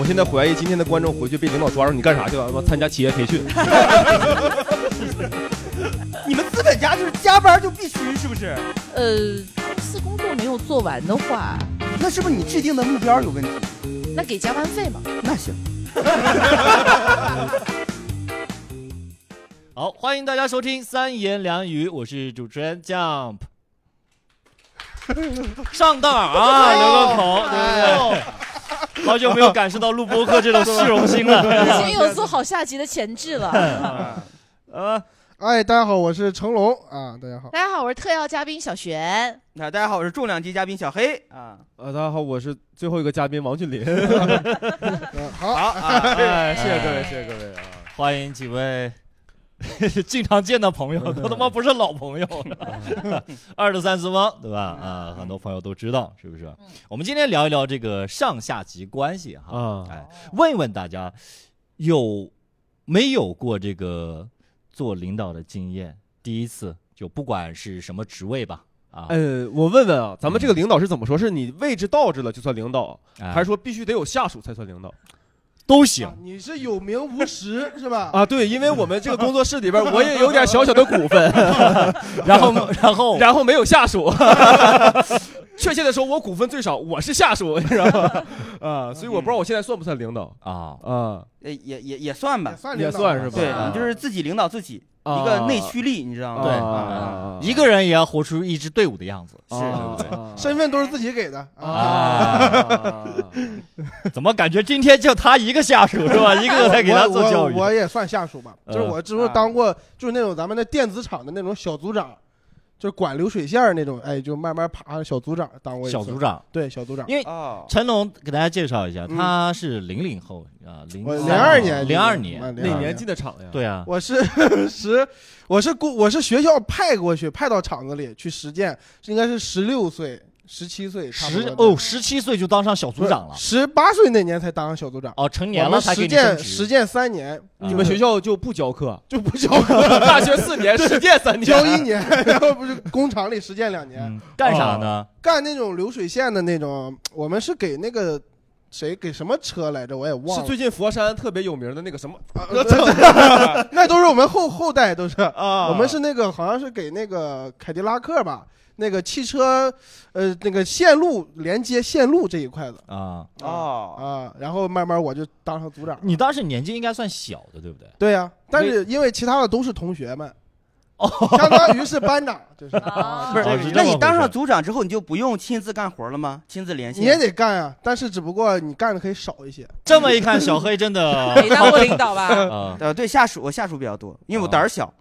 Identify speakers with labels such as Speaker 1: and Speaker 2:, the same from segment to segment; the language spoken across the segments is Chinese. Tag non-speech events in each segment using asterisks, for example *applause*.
Speaker 1: 我现在怀疑今天的观众回去被领导抓住，你干啥去了？他妈参加企业培 *laughs* 训。
Speaker 2: 你们资本家就是加班就必须，是不是？
Speaker 3: 呃，是工作没有做完的话，
Speaker 2: 那是不是你制定的目标有问题？
Speaker 3: 那给加班
Speaker 1: *laughs*
Speaker 3: 费嘛。
Speaker 2: 那行，
Speaker 4: 好，欢迎大家收听三言两语，我是主持人 Jump。上道啊，留个口，
Speaker 3: 哎
Speaker 2: 哎
Speaker 4: 对不对？好久没有感受到录播课这种虚荣心
Speaker 3: 已
Speaker 4: 了。
Speaker 3: 经有做好下集的前置
Speaker 1: *laughs*
Speaker 3: 了。
Speaker 2: *laughs*
Speaker 4: 呃，
Speaker 5: 哎，大家好，我是成龙啊，大家好。
Speaker 3: 大家好，我是特邀嘉宾小璇。
Speaker 2: 那大家好，我是重量级嘉宾小黑啊。
Speaker 1: 呃，大家好，我是最后一个嘉宾王俊林。
Speaker 4: 呃
Speaker 5: 嗯好，
Speaker 2: 好啊，
Speaker 4: 哎，
Speaker 1: 谢谢各位，谢谢各位啊！
Speaker 4: 欢迎几位 *laughs* 经常见的朋友，都他妈不是老朋友了。二十三次方，对吧？啊，很多朋友都知道，是不是？我们今天聊一聊这个上下级关系哈，
Speaker 1: *laughs* 啊，
Speaker 4: 哎，问一问大家有没有过这个做领导的经验？第一次就不管是什么职位吧，啊，
Speaker 1: 呃，我问问啊，咱们这个领导是怎么说？是你位置到这了就算领导，
Speaker 4: 哎
Speaker 1: 还是说必须得有下属才算领导
Speaker 4: 都行
Speaker 5: 啊。你是有名无实是吧？
Speaker 1: 啊？对，因为我们这个工作室里边，我也有点小小的股份， *laughs*
Speaker 4: 然后，然后，
Speaker 1: 然后没有下属。 *laughs* 确切的说，我股份最少，我是下属，你 *laughs* 知道吗？啊，所以我不知道我现在算不算领导
Speaker 4: 啊，
Speaker 1: 啊？
Speaker 2: 也呃也也也算吧
Speaker 5: 也，算
Speaker 1: 也算是吧
Speaker 2: 对
Speaker 1: 啊
Speaker 2: 你就是自己领导自己，
Speaker 1: 啊
Speaker 2: 一个内驱力，你知道吗？
Speaker 4: 对
Speaker 2: 啊，
Speaker 4: 一个人也要活出一支队伍的样子。
Speaker 2: 是
Speaker 5: 身份都是自己给的啊。
Speaker 1: 啊， *laughs*
Speaker 4: 怎么感觉今天就他一个下属是吧？一个个在给他做教育嗯啊
Speaker 5: 我我我也算下属吧，就是我之后当过，就是那种咱们的电子厂的那种小组长，就是管流水线儿那种，哎，就慢慢爬小组长当过一次
Speaker 4: 小组，长。
Speaker 5: 对小组长
Speaker 4: 因，为
Speaker 2: 哦，
Speaker 4: 成龙给大家介绍一下，
Speaker 5: 嗯
Speaker 4: 他是零零后啊，零
Speaker 5: 我零
Speaker 4: 二
Speaker 5: 二年
Speaker 4: 零二
Speaker 5: 啊
Speaker 4: 年，
Speaker 1: 哪
Speaker 5: 02
Speaker 1: 年进的场呀？
Speaker 4: 对啊，
Speaker 5: 我是十，我是过我是学校派过去，派到厂子里去实践，应该是十六岁、十七岁，差不
Speaker 4: 十
Speaker 5: 多
Speaker 4: 哦十七岁就当上小组长了，
Speaker 5: 十八岁那年才当上小组长，
Speaker 4: 哦，成年
Speaker 5: 我
Speaker 4: 了
Speaker 5: 们
Speaker 4: 才给
Speaker 5: 实
Speaker 4: 你升
Speaker 5: 践
Speaker 4: 职
Speaker 5: 实践
Speaker 4: *laughs*
Speaker 5: 三年，，
Speaker 4: 啊
Speaker 1: 你们学校就不教课
Speaker 5: 就不教课，
Speaker 1: *laughs* 大学四年，实践三
Speaker 5: 教
Speaker 1: 年。 *laughs*
Speaker 5: 一年， *laughs* 然后不是工厂里实践两年，
Speaker 4: *laughs* 嗯干啥呢？
Speaker 5: 干那种流水线的那种，我们是给那个谁给什么车来着，我也忘
Speaker 1: 是
Speaker 5: 了。
Speaker 1: 最近佛山特别有名的那个什么
Speaker 5: 啊对对对那都是我们后后代，都是
Speaker 1: 啊
Speaker 5: 我们是那个好像是给那个凯迪拉克吧，那个汽车，呃，那个线路连接线路这一块的
Speaker 4: 啊，
Speaker 2: 哦，
Speaker 5: 啊，然后慢慢我就当上组长。
Speaker 4: 你当时年纪应该算小的，对不对？
Speaker 5: 对呀、但是因为其他的都是同学们，相当于是班长，
Speaker 4: *laughs*
Speaker 5: 就是
Speaker 3: 啊
Speaker 1: *laughs*
Speaker 5: 不是
Speaker 4: 哦是这
Speaker 2: 那
Speaker 4: 么
Speaker 2: 你
Speaker 4: 回
Speaker 2: 当
Speaker 4: 事
Speaker 2: 上组长之后，你就不用亲自干活了吗？亲自联系
Speaker 5: 你也得干啊，但是只不过你干的可以少一些。
Speaker 4: *laughs* 这么一看，小黑真的 *laughs*
Speaker 3: 没当过领导吧？
Speaker 1: *laughs*
Speaker 4: 啊，
Speaker 2: 呃，对下属，我下属比较多，因为我
Speaker 4: 啊
Speaker 2: 胆儿小，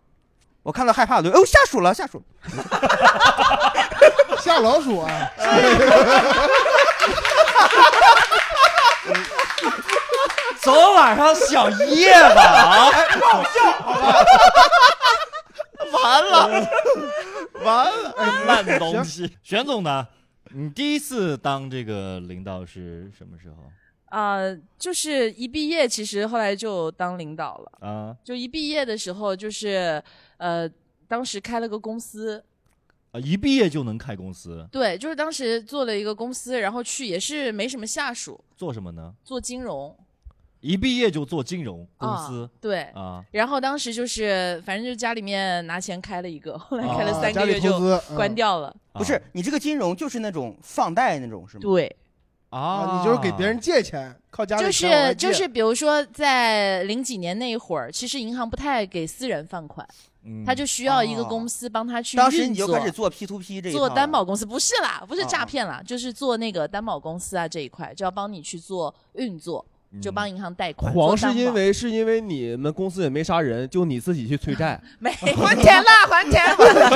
Speaker 2: 我看到害怕我就哦下属了，下属了，
Speaker 5: 吓老鼠
Speaker 3: *laughs*
Speaker 5: 啊！
Speaker 4: 昨晚上小夜吧， *laughs* 啊， *laughs* 完了， *laughs* 完了，哎烂东西。玄总呢？你第一次当这个领导是什么时候
Speaker 3: 啊、就是一毕业，其实后来就当领导了。
Speaker 4: 啊？
Speaker 3: 就一毕业的时候，就是呃，当时开了个公司，
Speaker 4: 啊，一毕业就能开公司，
Speaker 3: 对，就是当时做了一个公司，然后去也是没什么下属，
Speaker 4: 做什么呢？
Speaker 3: 做金融
Speaker 4: 一毕业就做金融公司
Speaker 3: 啊、对。
Speaker 4: 啊，
Speaker 3: 然后当时就是，反正就是家里面拿钱开了一个，后来
Speaker 2: 哦
Speaker 3: 开了
Speaker 5: 啊
Speaker 3: 三
Speaker 5: 家
Speaker 3: 个
Speaker 5: 里
Speaker 3: 月
Speaker 5: 投
Speaker 3: 就
Speaker 5: 资
Speaker 2: 嗯
Speaker 3: 关掉了。
Speaker 4: 啊
Speaker 2: 不是你这个金融就是那种放贷那种是吗？
Speaker 3: 对，
Speaker 4: 啊
Speaker 5: 啊，你就是给别人借钱，靠家里
Speaker 3: 就
Speaker 5: 钱往外
Speaker 3: 是
Speaker 5: 借
Speaker 3: 就是，比如说在零几年那一会儿，其实银行不太给私人放款，
Speaker 4: 嗯
Speaker 3: 他就需要一个
Speaker 2: 哦
Speaker 3: 公司帮他去
Speaker 2: 当时
Speaker 3: 运
Speaker 2: 你就
Speaker 3: 作
Speaker 2: 开始做 P to P 这一套
Speaker 3: 做
Speaker 2: 了
Speaker 3: 担保公司，不是啦，不是
Speaker 2: 哦
Speaker 3: 诈
Speaker 2: 哦
Speaker 3: 骗啦，就是做那个担保公司啊这一块，就要帮你去做运作，
Speaker 4: 嗯
Speaker 2: 嗯
Speaker 3: 就帮银行贷款。做
Speaker 1: 黄是
Speaker 3: 担保
Speaker 1: 因为是因为你们公司也没啥人，就你自己去催 *laughs* 债，
Speaker 3: 没还钱啦，还钱还钱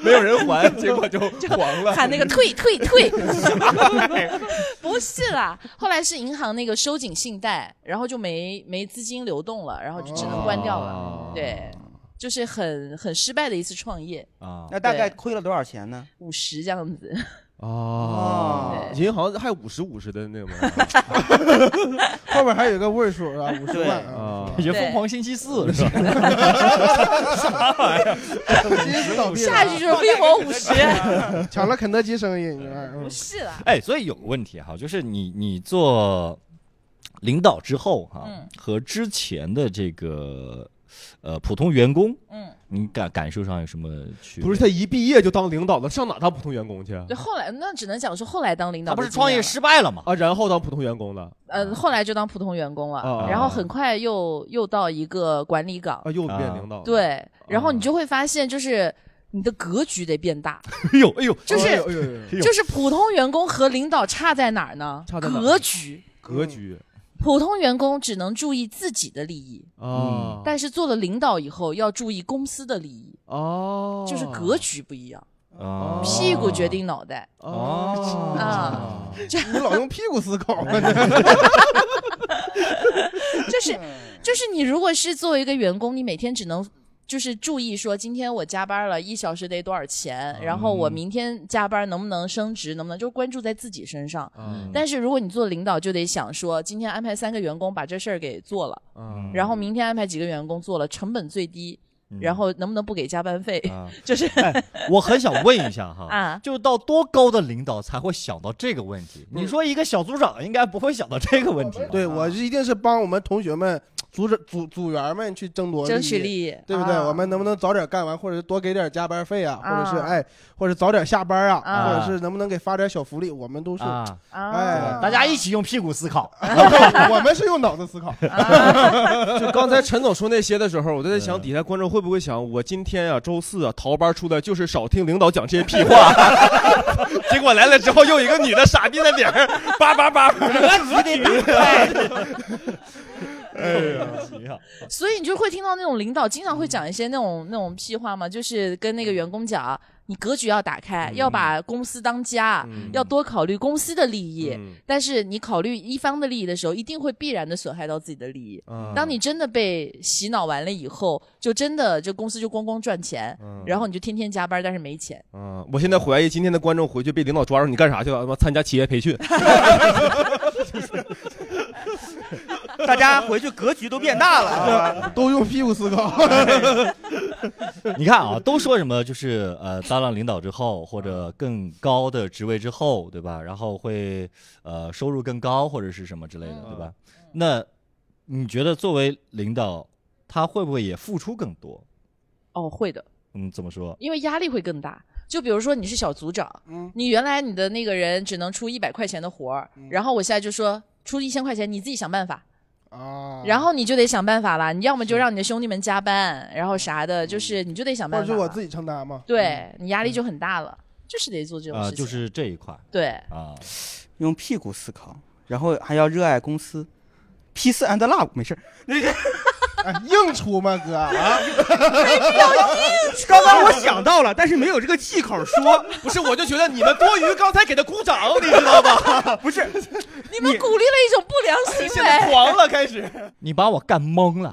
Speaker 1: 没有人还，结果就黄了。
Speaker 3: 喊那个
Speaker 4: *laughs*
Speaker 3: 退退退，不是啦，后来是银行那个收紧信贷，然后就没没资金流动了，然后就只能关掉了。
Speaker 1: 啊
Speaker 4: 了
Speaker 3: 对，就是很很失败的一次创业，
Speaker 4: 啊，
Speaker 2: 那大概
Speaker 3: 对
Speaker 2: 亏了多少钱呢？ *laughs*
Speaker 3: 五十这样子。
Speaker 1: 啊
Speaker 5: 啊
Speaker 2: 哦，
Speaker 1: 银行还五十五十的那个 *laughs* 吗？
Speaker 5: 后边还有一个位数啊，五十
Speaker 2: 对
Speaker 5: 万啊，
Speaker 1: 啊，
Speaker 4: 感觉
Speaker 3: 对
Speaker 4: 疯狂星期四是吧？
Speaker 5: 直接倒闭
Speaker 4: 啊
Speaker 5: 了
Speaker 3: 下
Speaker 5: 啊
Speaker 3: 去就是微博
Speaker 4: *laughs*
Speaker 3: 五十，
Speaker 5: 抢了肯德基生意，你看，嗯
Speaker 3: 不是啦，
Speaker 4: *laughs* 哎，所以有个问题哈，就是你你做领导之后哈、
Speaker 3: 嗯
Speaker 4: 和之前的这个呃普通员工，
Speaker 3: 嗯，
Speaker 4: 你感感受上有什么区别？
Speaker 1: 不是他一毕业就当领导了，上哪当普通员工去？啊
Speaker 3: 对，后来那只能讲说后来当领导的
Speaker 4: 他不是
Speaker 3: 经
Speaker 4: 创业
Speaker 3: 验了
Speaker 4: 失败了吗？
Speaker 1: 啊，然后当普通员工了
Speaker 3: 呃，后来就当普通员工了，
Speaker 4: 哦
Speaker 1: 啊
Speaker 3: 然后很快又又到一个管理岗，
Speaker 4: 哦
Speaker 1: 啊，又变领导了。
Speaker 3: 对，然后你就会发现，就是你的格局得变大，
Speaker 4: *laughs*
Speaker 3: 哦
Speaker 4: 哎呦哎呦，
Speaker 3: 就是、
Speaker 1: 哎呦，哎呦哎呦
Speaker 3: 就是普通员工和领导差在哪儿呢？
Speaker 1: 差在哪儿
Speaker 3: 格局，
Speaker 1: 格局
Speaker 3: 普通员工只能注意自己的利益，
Speaker 1: 啊，
Speaker 3: 但是做了领导以后要注意公司的利益，
Speaker 1: 哦，
Speaker 3: 就是格局不一样，
Speaker 4: 啊
Speaker 3: 屁股决定脑袋。
Speaker 1: 哦
Speaker 3: 啊，
Speaker 5: 你老用屁股思考，啊
Speaker 3: *laughs*
Speaker 1: *laughs*
Speaker 3: 就是就是你如果是作为一个员工，你每天只能。就是注意说，今天我加班了一小时得多少
Speaker 1: 哦
Speaker 3: 钱，然后我明天加班能不能升职，能不能就关注在自己身上。
Speaker 1: 嗯
Speaker 3: 但是如果你做领导，就得想说，今天安排三个员工把这事儿给做了，
Speaker 1: 嗯
Speaker 3: 然后明天安排几个员工做了，成本最低，
Speaker 4: 嗯
Speaker 3: 然后能不能不给加班费？
Speaker 4: 啊，
Speaker 3: *laughs* 就是
Speaker 4: 我很想问一下哈。
Speaker 3: 啊，
Speaker 4: 就到多高的领导才会想到这个问题？你说一个小组长应该不会想到这个问题吧。
Speaker 5: 对我是一定是帮我们同学们、组织组组员们去争夺
Speaker 3: 争取
Speaker 5: 益，
Speaker 3: 利益，
Speaker 5: 对不对？
Speaker 3: 啊
Speaker 5: 我们能不能早点干完，或者是多给点加班费啊，或者是
Speaker 3: 啊
Speaker 5: 哎，或者早点下班啊，
Speaker 3: 啊
Speaker 5: 或者是能不能给发点小福利？我们都是，
Speaker 4: 啊，
Speaker 3: 啊
Speaker 5: 哎，
Speaker 4: 大家一起用屁股思考。
Speaker 5: *laughs* 我们是用脑子思考，
Speaker 1: 就刚才陈总说那些的时候，我都在想底下观众会不会想，我今天啊周四啊逃班出来就是少听领导讲这些屁话， *laughs* 结果来了之后又一个女的傻逼在顶儿叭叭叭，
Speaker 4: 哎啊
Speaker 3: 所以你就会听到那种领导经常会讲一些那种那种屁话嘛，就是跟那个员工讲，你格局要打开，
Speaker 5: 嗯
Speaker 3: 要把公司当家， *laughs* 要多考虑公司的利益。
Speaker 1: 嗯
Speaker 3: 但是你考虑一方的利益的时候，一定会必然的损害到自己的利益。
Speaker 5: 嗯
Speaker 1: 啊
Speaker 3: 当你真的被洗脑完了以后，就真的就公司就光光赚钱，
Speaker 5: 嗯
Speaker 3: 然后你就天天加班，但是没钱。
Speaker 1: 嗯，我现在怀疑今天的观众回去被领导抓住，你干啥去了？他妈参加企业培训，
Speaker 2: 大家回去格局都变大了，好吧
Speaker 5: 都用屁股思
Speaker 3: *laughs*
Speaker 5: 考。
Speaker 4: *laughs* 你看啊，都说什么就是呃，当了领导之后，或者更高的职位之后，对吧？然后会呃收入更高，或者是什么之类的，
Speaker 3: 嗯
Speaker 4: 对吧？那你觉得作为领导，他会不会也付出更多？
Speaker 3: 哦，会的，
Speaker 4: 嗯，怎么说？
Speaker 3: 因为压力会更大。就比如说你是小组长，
Speaker 5: 嗯
Speaker 3: 你原来你的那个人只能出一百块钱的活儿，然后我现在就说出一千块钱，你自己想办法，
Speaker 5: 啊，
Speaker 3: 然后你就得想办法了。你要么就让你的兄弟们加班，然后啥的，就是你就得想
Speaker 5: 嗯或
Speaker 3: 办
Speaker 5: 者
Speaker 3: 法
Speaker 5: 是
Speaker 3: 了。
Speaker 5: 我自己嗯承担嘛。
Speaker 3: 对你压力就很大了，就是得做这种
Speaker 4: 啊、
Speaker 3: 事情。
Speaker 4: 就是这一块
Speaker 3: 对，
Speaker 4: 啊，
Speaker 2: 用屁股思考，然后还要热爱公司。Peace and love，没事儿。
Speaker 5: 哎，硬出吗，哥啊？
Speaker 2: *laughs* 刚刚我想到了，但是没有这个气口说。
Speaker 1: 不是？我就觉得你们多余，刚才给他鼓掌，你知道吧？
Speaker 2: *laughs* 不是，
Speaker 3: 你们鼓励了一种不
Speaker 5: *laughs*
Speaker 3: 良行
Speaker 1: 现在
Speaker 3: 为。
Speaker 1: 狂了，开始。
Speaker 4: 你把我干
Speaker 3: *laughs*
Speaker 4: 懵了，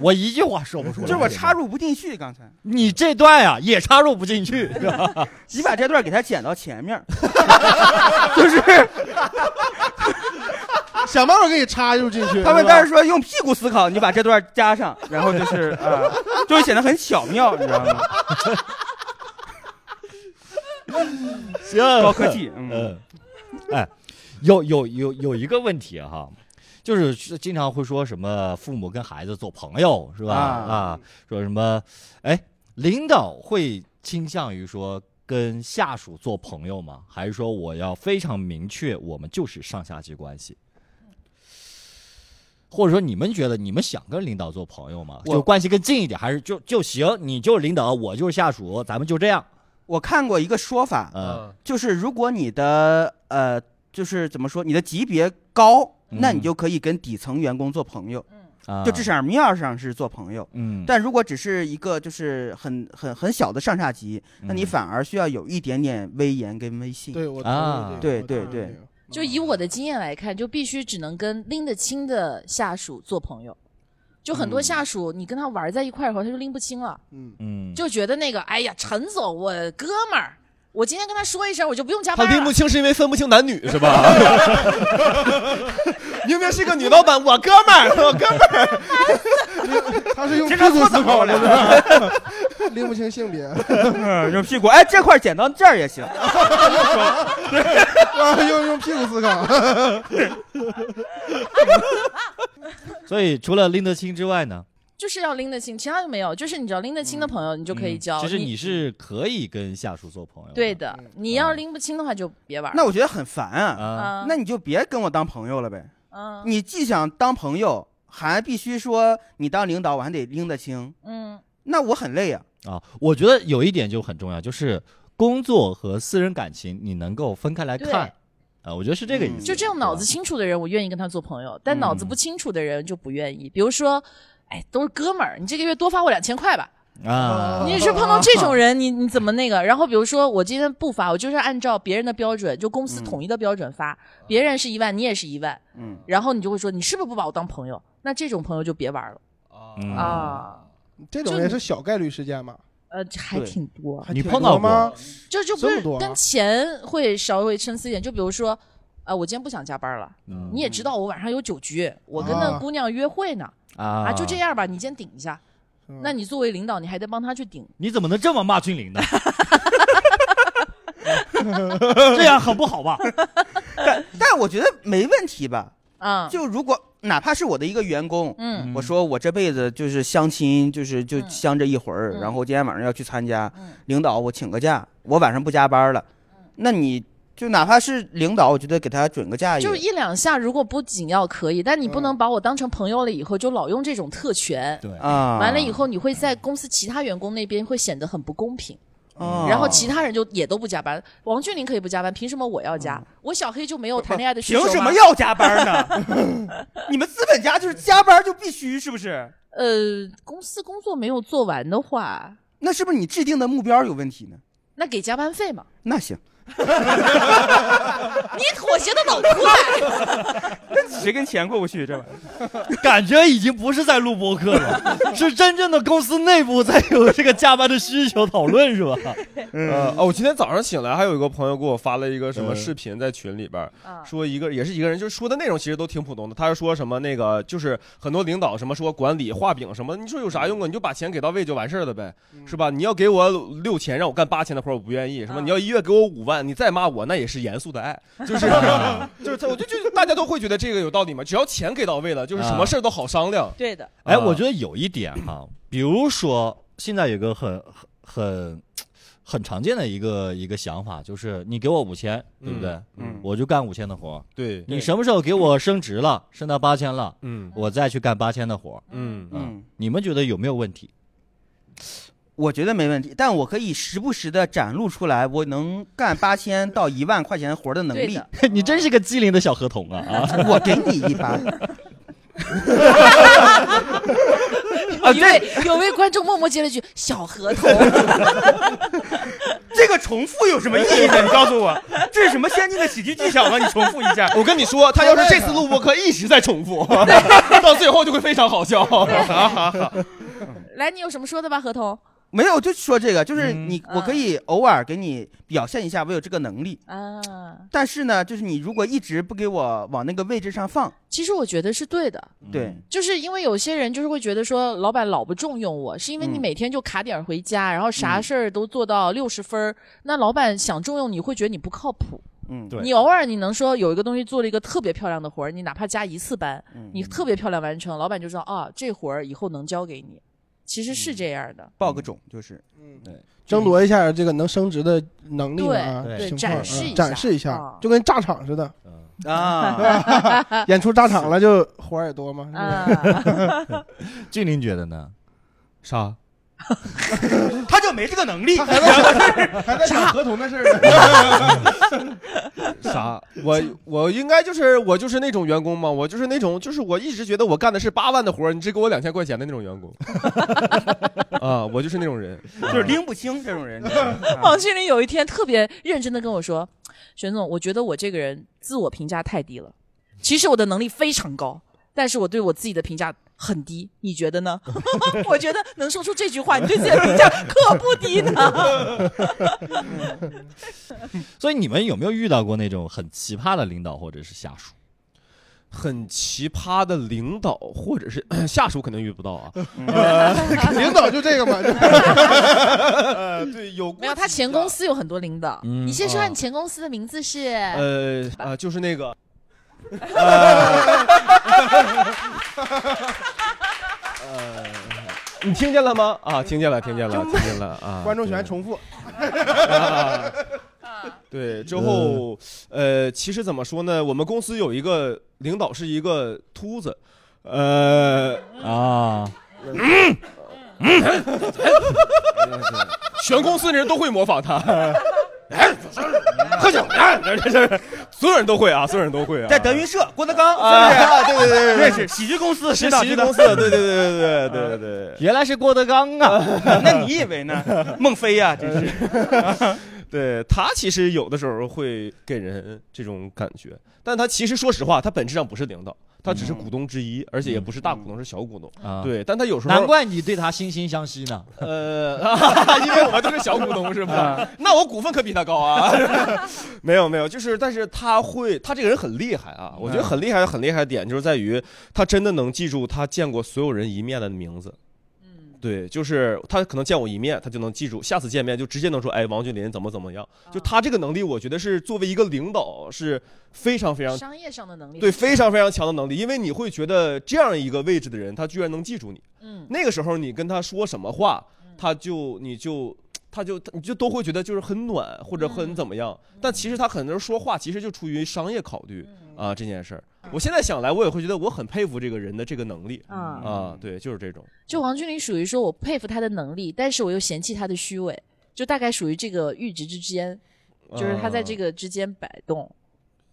Speaker 4: 我一句话说不出
Speaker 2: 就
Speaker 4: 来。
Speaker 2: 是我插，入不进去。刚才
Speaker 4: 你这段呀、也插入不进去，是吧
Speaker 2: 你把这段给它剪到前 *laughs* 面儿，就是 *laughs*
Speaker 5: 想办法给你插入进去。
Speaker 2: 他们当时
Speaker 5: 时
Speaker 2: 说用屁股思考，你把这段加上，然后就是啊、就会显得很巧妙，你知道 *laughs* 吗？
Speaker 4: *laughs* 行，
Speaker 2: 高科技，嗯，
Speaker 4: 嗯，哎，有有有有一个问题哈，就是经常会说什么父母跟孩子做朋友是吧？
Speaker 2: 啊
Speaker 4: 啊，说什么哎，领导会倾向于说跟下属做朋友吗？还是说我要非常明确，我们就是上下级关系？或者说你们觉得你们想跟领导做朋友吗？
Speaker 2: 我
Speaker 4: 就关系更近一点，还是就就行？你就是领导，我就是下属，咱们就这样。
Speaker 2: 我看过一个说法，
Speaker 4: 嗯
Speaker 2: 就是如果你的呃，就是怎么说，你的级别高，
Speaker 4: 嗯
Speaker 2: 那你就可以跟底层员工做朋友，嗯
Speaker 4: 啊，
Speaker 2: 就至少面儿上是做朋友。
Speaker 4: 嗯，
Speaker 2: 但如果只是一个就是很很很小的上下级，那你
Speaker 4: 嗯
Speaker 2: 反而需要有一点点威严跟威信。 *laughs*
Speaker 5: 对我
Speaker 4: 啊
Speaker 5: 同意这个
Speaker 2: 对
Speaker 5: 我同意
Speaker 2: 对
Speaker 5: 这个
Speaker 3: 就以我的经验来看，就必须只能跟拎得清的下属做朋友。就很
Speaker 5: 嗯
Speaker 3: 多下属，你跟他玩在一块儿以后，他就拎不清了，
Speaker 5: 嗯，
Speaker 4: 嗯，
Speaker 3: 就觉得那个，哎呀，陈总，我哥们儿，我今天跟他说一声，我就不用加
Speaker 1: 他
Speaker 3: 班了。
Speaker 1: 拎不清是因为分不清男女是
Speaker 3: *laughs*
Speaker 1: 吧？明明是个女老板，我哥们儿，我哥们儿，
Speaker 5: 他是用
Speaker 2: 这
Speaker 5: 屁
Speaker 2: 个
Speaker 5: 股思
Speaker 2: 搓
Speaker 5: 考的，是吧 *laughs* 拎不清性别，
Speaker 2: 嗯用屁股，哎，这块剪到这儿也
Speaker 4: *laughs*
Speaker 2: 行。
Speaker 5: 啊用用屁股思考。
Speaker 4: 所以除了拎得清之外呢，
Speaker 3: 就是要拎得清，其他就没有。就是你只要拎得清的朋友，你就可以交。
Speaker 4: 嗯其实你嗯是可以跟下属做朋友。
Speaker 3: 对，的，你要拎不清的话就别玩。
Speaker 2: 那我觉得很烦啊，
Speaker 4: 啊，
Speaker 3: 啊，
Speaker 2: 那你就别跟我当朋友了呗。
Speaker 3: 嗯
Speaker 2: 你既想当朋友，还必须说你当领导，我还得拎得清，
Speaker 3: 嗯
Speaker 2: 那我很累啊。
Speaker 4: 啊，我觉得有一点就很重要，就是工作和私人感情你能够分开来看
Speaker 3: 对。
Speaker 4: 啊，我觉得是这个意思。
Speaker 3: 就这种脑子清楚的人，我愿意跟他做朋友；
Speaker 4: 嗯
Speaker 3: 但脑子不清楚的人就不愿意。比如说，哎，都是哥们儿，你这个月多发我两千块
Speaker 4: *laughs*
Speaker 3: 吧。
Speaker 4: 对吧啊，
Speaker 3: 你是碰到这种人，你你怎么那个？然后比如说我今天不发，我就是按照别人的标准，就公
Speaker 4: 嗯
Speaker 3: 司统一的标准发，别人是一万，你也是一万，
Speaker 2: 嗯，
Speaker 3: 然后你就会说你是不是不把我当朋友？那这种朋友就别玩了
Speaker 4: 嗯
Speaker 3: 啊。
Speaker 5: *laughs* 这种也是小概率事件嘛？
Speaker 3: 呃，还
Speaker 2: 对
Speaker 3: 挺多，
Speaker 5: 还
Speaker 4: 你
Speaker 5: 挺
Speaker 4: 碰到
Speaker 5: 多吗
Speaker 4: 过？
Speaker 3: 就就不
Speaker 5: 这么
Speaker 3: 是
Speaker 5: 多啊
Speaker 3: 跟钱会稍微参差一点。就比如说，呃，我今天不想加班了，
Speaker 4: 嗯
Speaker 3: 你也知道我晚上有酒局，我跟那
Speaker 5: 啊
Speaker 3: 姑娘约会呢，
Speaker 4: 啊
Speaker 3: 啊，就这。样吧，你先顶一下。
Speaker 5: 是吧
Speaker 3: 那你作为领导，你还得帮他去顶，
Speaker 4: 你怎么能这么骂俊
Speaker 3: *laughs*
Speaker 4: 玲呢？ *laughs* 这样很不好吧？
Speaker 2: 但但我觉得没问题吧。
Speaker 3: 啊，
Speaker 2: 就如果哪怕是我的一个员工，
Speaker 3: 嗯
Speaker 2: 我说我这辈子就是相亲，就是就
Speaker 3: 嗯
Speaker 2: 相这一回儿，
Speaker 3: 嗯
Speaker 2: 然后今天晚上要去参加，
Speaker 3: 嗯
Speaker 2: 领导我请个假，我晚上不加班了。那你就哪怕是领导，我觉得给他准个假也
Speaker 3: 就是一两下，如果不紧要可以，但你不能把我当成朋友了，以后就老用这种特权。
Speaker 4: 对
Speaker 2: 啊，
Speaker 3: 完了以后，你会在公司其他员工那边会显得很不公平，
Speaker 2: 哦，
Speaker 3: 然后其他人就也都不加班。王俊霖可以不加班，凭什么我要加？我小黑就没有谈恋爱的需
Speaker 2: 嗯凭
Speaker 3: 求
Speaker 2: 什
Speaker 3: 吗
Speaker 2: 么？要加班呢？
Speaker 3: *laughs*
Speaker 2: 你们资本家就是加班就必须是不是？
Speaker 3: 呃，公司工作没有做完的话，
Speaker 2: 那是不是你制定的目标有问题呢？
Speaker 3: 那给加班费嘛？
Speaker 2: 那行，
Speaker 3: 你妥协的老
Speaker 2: *laughs*
Speaker 3: 快，
Speaker 2: 谁跟钱过不去这玩意儿？
Speaker 4: 感觉已经不是在录播客了，是真正的公司内部在有这个加班的需求讨论，是吧？
Speaker 1: 呃，哦，我今天早上醒来，还有一个朋友给我发了一个什么
Speaker 4: 嗯
Speaker 1: 视频在群里边儿，
Speaker 3: 啊
Speaker 1: 说一个也是一个人，就是说的内容其实都挺普通的。他是说什么那个就是很多领导什么说管理画饼什么，你说有啥用啊？你就把钱给到位就完事儿了呗，是吧？你要给我六千让我干八千的活儿，我不愿意，什么
Speaker 3: 啊
Speaker 1: 你要一月给我五万，你再骂我那也是严肃的爱，就是 *laughs* 就是他，我就就大家都会觉得这个有道理嘛，只要钱给到位了，就是什么事儿都好商量。
Speaker 3: 对的，
Speaker 4: 哎，
Speaker 1: 啊
Speaker 4: 我觉得有一点
Speaker 2: *clears throat*
Speaker 4: 哈，比如说现在有个很很很常见的一个一个想法，就是你给我五千，对不对？
Speaker 2: 嗯
Speaker 4: 我就干五千的活儿。
Speaker 1: 对，
Speaker 4: 你什么时候给我升职了，升到八千了，
Speaker 1: 嗯
Speaker 4: 我再去干八千的活儿。
Speaker 1: 嗯
Speaker 4: 啊
Speaker 2: 嗯，
Speaker 4: 你们觉得有没有问题？
Speaker 2: 我觉得没问题，但我可以时不时的展露出来我能干八千到一万块钱活的能
Speaker 3: 对
Speaker 2: 力啊
Speaker 3: 的。。
Speaker 4: 你真是个机灵的小合同啊！啊，
Speaker 2: *laughs* 我给你一
Speaker 3: *laughs*
Speaker 2: 般，
Speaker 3: 有一位有位观众默默接了一句“小合
Speaker 2: *laughs*
Speaker 3: 同
Speaker 2: 这个重复有什么意义呢？你告诉
Speaker 4: *laughs*
Speaker 2: 我，这是什么先进的喜
Speaker 3: *laughs*
Speaker 2: 剧技巧吗？你重复一下。
Speaker 1: 我跟你说，他要是这次录播课一直在重复，到最后就会非常好笑。”。
Speaker 3: 来，你有什么说的吧，合同？
Speaker 2: 没有，就说这个，就是你，
Speaker 3: 嗯
Speaker 2: 我可以偶尔给你表现一下我有这个能力，
Speaker 3: 啊，
Speaker 2: 但是呢，就是你如果一直不给我往那个位置上放，
Speaker 3: 其实我觉得是对的，
Speaker 4: 嗯
Speaker 2: 对，
Speaker 3: 就是因为有些人就是会觉得说，老板老不重用我，是因为你
Speaker 2: 嗯
Speaker 3: 每天就卡点儿回家，然后啥事儿都做到六十分儿，那老板想重用你会觉得你不靠谱。
Speaker 2: 嗯，
Speaker 4: 对
Speaker 3: 你偶尔你能说有一个东西做了一个特别漂亮的活儿，你哪怕加一次班，
Speaker 2: 嗯
Speaker 3: 你特别漂亮完成，老板就说啊，这活儿以后能交给你，其实
Speaker 2: 嗯
Speaker 3: 是这样的。
Speaker 2: 报个种
Speaker 3: *laughs*
Speaker 2: 就是，
Speaker 5: 争夺一下这个能升职的能力嘛啊，
Speaker 4: 对
Speaker 3: 对
Speaker 5: 情况
Speaker 3: 展示一
Speaker 5: 嗯
Speaker 3: 下
Speaker 5: 展示一下
Speaker 3: 啊，
Speaker 5: 就跟炸场似的，
Speaker 4: 嗯
Speaker 2: 啊，
Speaker 3: *laughs*
Speaker 5: 演出炸场了就活儿也多嘛。是吧
Speaker 3: 啊，
Speaker 2: *laughs*
Speaker 4: 俊林觉得呢？
Speaker 1: 啥？
Speaker 2: 他就没这个能力
Speaker 5: 他。还在想还在想合同的事儿啊呢，
Speaker 1: *laughs* 啥？我我应该就是我就是那种员工嘛，我就是那种就是我一直觉得我干的是八万的活儿，你只给我两千块钱的那种员工。 *laughs* 啊，我就是那种人。
Speaker 2: *laughs* 就是拎不清这种
Speaker 3: *laughs*
Speaker 2: 人，
Speaker 3: 王俊霖有一天特别认真的跟我说：“玄总，我觉得我这个人自我评价太低了，其实我的能力非常高，但是我对我自己的评价很低，你觉得呢？ *laughs* 我觉得能说出这句话，你对自己的评价可不低呢。
Speaker 4: 所以你们有没有遇到过那种很奇葩的领导或者是下属？
Speaker 1: 很奇葩的领导或者是 *clears throat* 下属肯定遇不到啊，
Speaker 5: 领导啊就这个 *laughs* 嘛，啊
Speaker 1: 对，有过
Speaker 3: *laughs* 没有，他前公司有很多领导。
Speaker 4: 嗯
Speaker 3: 你先说
Speaker 1: 啊
Speaker 3: 下你前公司的名字是？
Speaker 1: 呃啊，就是那
Speaker 5: *laughs*
Speaker 1: 个，呃，你听见了吗？啊，听见了，听见了，听见了啊！
Speaker 5: 观众喜欢重复。
Speaker 1: 啊。对，之后，呃，其实怎么说呢？我们公司有一个领导是一个秃子，呃，
Speaker 4: 啊，
Speaker 1: 嗯全公司的人都会模仿 *laughs* 他。哎喝酒，哎这这这，所有人都会啊，所有人都会啊。
Speaker 2: 在德云社，郭德纲
Speaker 1: 啊
Speaker 2: 是不
Speaker 1: 对
Speaker 2: 是？
Speaker 1: 对对对
Speaker 2: 认识喜剧公司，
Speaker 1: 是
Speaker 2: 知道
Speaker 1: 喜剧
Speaker 2: 知道
Speaker 1: 公。司的，对对对对对对对
Speaker 2: 呃
Speaker 4: 原来是郭德纲啊！
Speaker 2: 那你以为呢？孟非呀，真是。
Speaker 1: 对，他其实有的时候会给人这种感觉，但他其实说实话，他本质上不是领导，他只是股东之一，而且也不是大股东，是小股东。嗯
Speaker 2: 呃
Speaker 4: 啊，
Speaker 1: 对，但他有时候
Speaker 4: 难怪你对他惺惺相惜呢。 *laughs*
Speaker 1: 呃，啊因为我就是小股东是吧？那我股份可比他高
Speaker 4: *laughs*
Speaker 1: 啊。没有没有，就是但是他会，他这个人很厉害啊。
Speaker 4: 嗯
Speaker 1: 我觉得很厉害很厉害的点就是在于他真的能记住他见过所有人一面的名字。
Speaker 3: 嗯
Speaker 1: 对，就是他可能见我一面，他就能记住，下次见面就直接能说，哎，王俊林怎么怎么样。
Speaker 3: 嗯
Speaker 1: 就他这个能力，我觉得是作为一个领导是非常非常
Speaker 3: 嗯商业上的能力。
Speaker 1: 对非常非常强的能力，因为你会觉得这样一个位置的人，他居然能记住你。
Speaker 3: 嗯，
Speaker 1: 那个时候你跟他说什么话，他就你就他就你就都会觉得就是很暖或者
Speaker 3: 嗯
Speaker 1: 很怎么样，但其实他很多时候说话其实就出于商业考虑
Speaker 3: 嗯
Speaker 1: 啊这件事儿。我现在想来，我也会觉得我很佩服这个人的这个能力
Speaker 3: 啊，
Speaker 1: 啊，对，就是这种。
Speaker 3: 就王俊霖属于说我佩服他的能力，但是我又嫌弃他的虚伪，就大概属于这个阈值之间，就是他在这
Speaker 1: 个
Speaker 3: 个之间摆动。
Speaker 1: 呃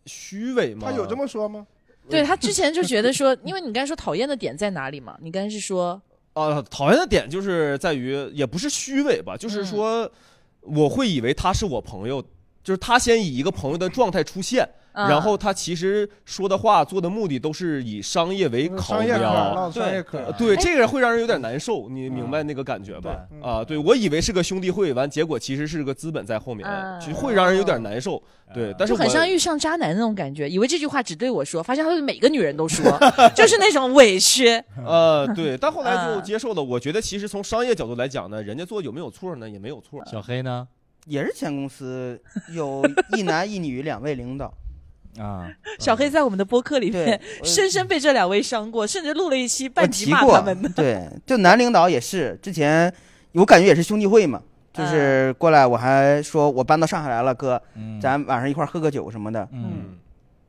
Speaker 1: 虚伪吗？
Speaker 5: 他有这么说吗？
Speaker 4: 嗯
Speaker 3: 对他之前就觉得说，因为你刚才说讨厌的点在哪里嘛？你刚才是说，
Speaker 1: 啊，讨厌的点就是在于也不是虚伪吧，
Speaker 3: 嗯
Speaker 1: 就是说我会以为他是我朋友，就是他先以一个朋友的状态出现。
Speaker 3: 啊
Speaker 1: 然后他其实说的话、做的目的都是以商业为考
Speaker 5: 商业
Speaker 1: 量，
Speaker 5: 课，唠
Speaker 4: 啊对
Speaker 5: 商业课
Speaker 1: 呃，
Speaker 3: 哎
Speaker 1: 对，这个会让人有点难受，你明白那个感觉吧？
Speaker 5: 对
Speaker 1: 啊，对我以为是个兄弟会，完结果其实是个资本在后面，
Speaker 3: 嗯
Speaker 1: 就会让人有点难受。对，
Speaker 4: 呃
Speaker 1: 但是
Speaker 3: 就
Speaker 1: 我
Speaker 3: 很像遇上渣男那种感觉，以为这句话只对我说，发现他对每个女人都说， *laughs* 就是那种委屈。
Speaker 1: 呃，对，但后来就
Speaker 3: 嗯
Speaker 1: 接受了。我觉得其实从商业角度来讲呢，人家做有没有错呢？也没有错。
Speaker 4: 小黑呢？
Speaker 2: 也是前公司有一男一女两位领
Speaker 3: *laughs*
Speaker 2: 导，
Speaker 4: 啊，
Speaker 3: 小黑在我们的播客里面 *laughs*
Speaker 2: 对，
Speaker 3: 深深被这两位伤过，甚至录了一期
Speaker 2: 我
Speaker 3: 半集
Speaker 2: 提
Speaker 3: 骂
Speaker 2: 过
Speaker 3: 他 *laughs* 们的。，
Speaker 2: 对，就男领导也是，之前我感觉也是兄弟会嘛，
Speaker 3: 嗯
Speaker 2: 就是过来我还说我搬到上海来了，哥，
Speaker 4: 嗯
Speaker 2: 咱晚上一块儿喝个酒什么的，
Speaker 4: 嗯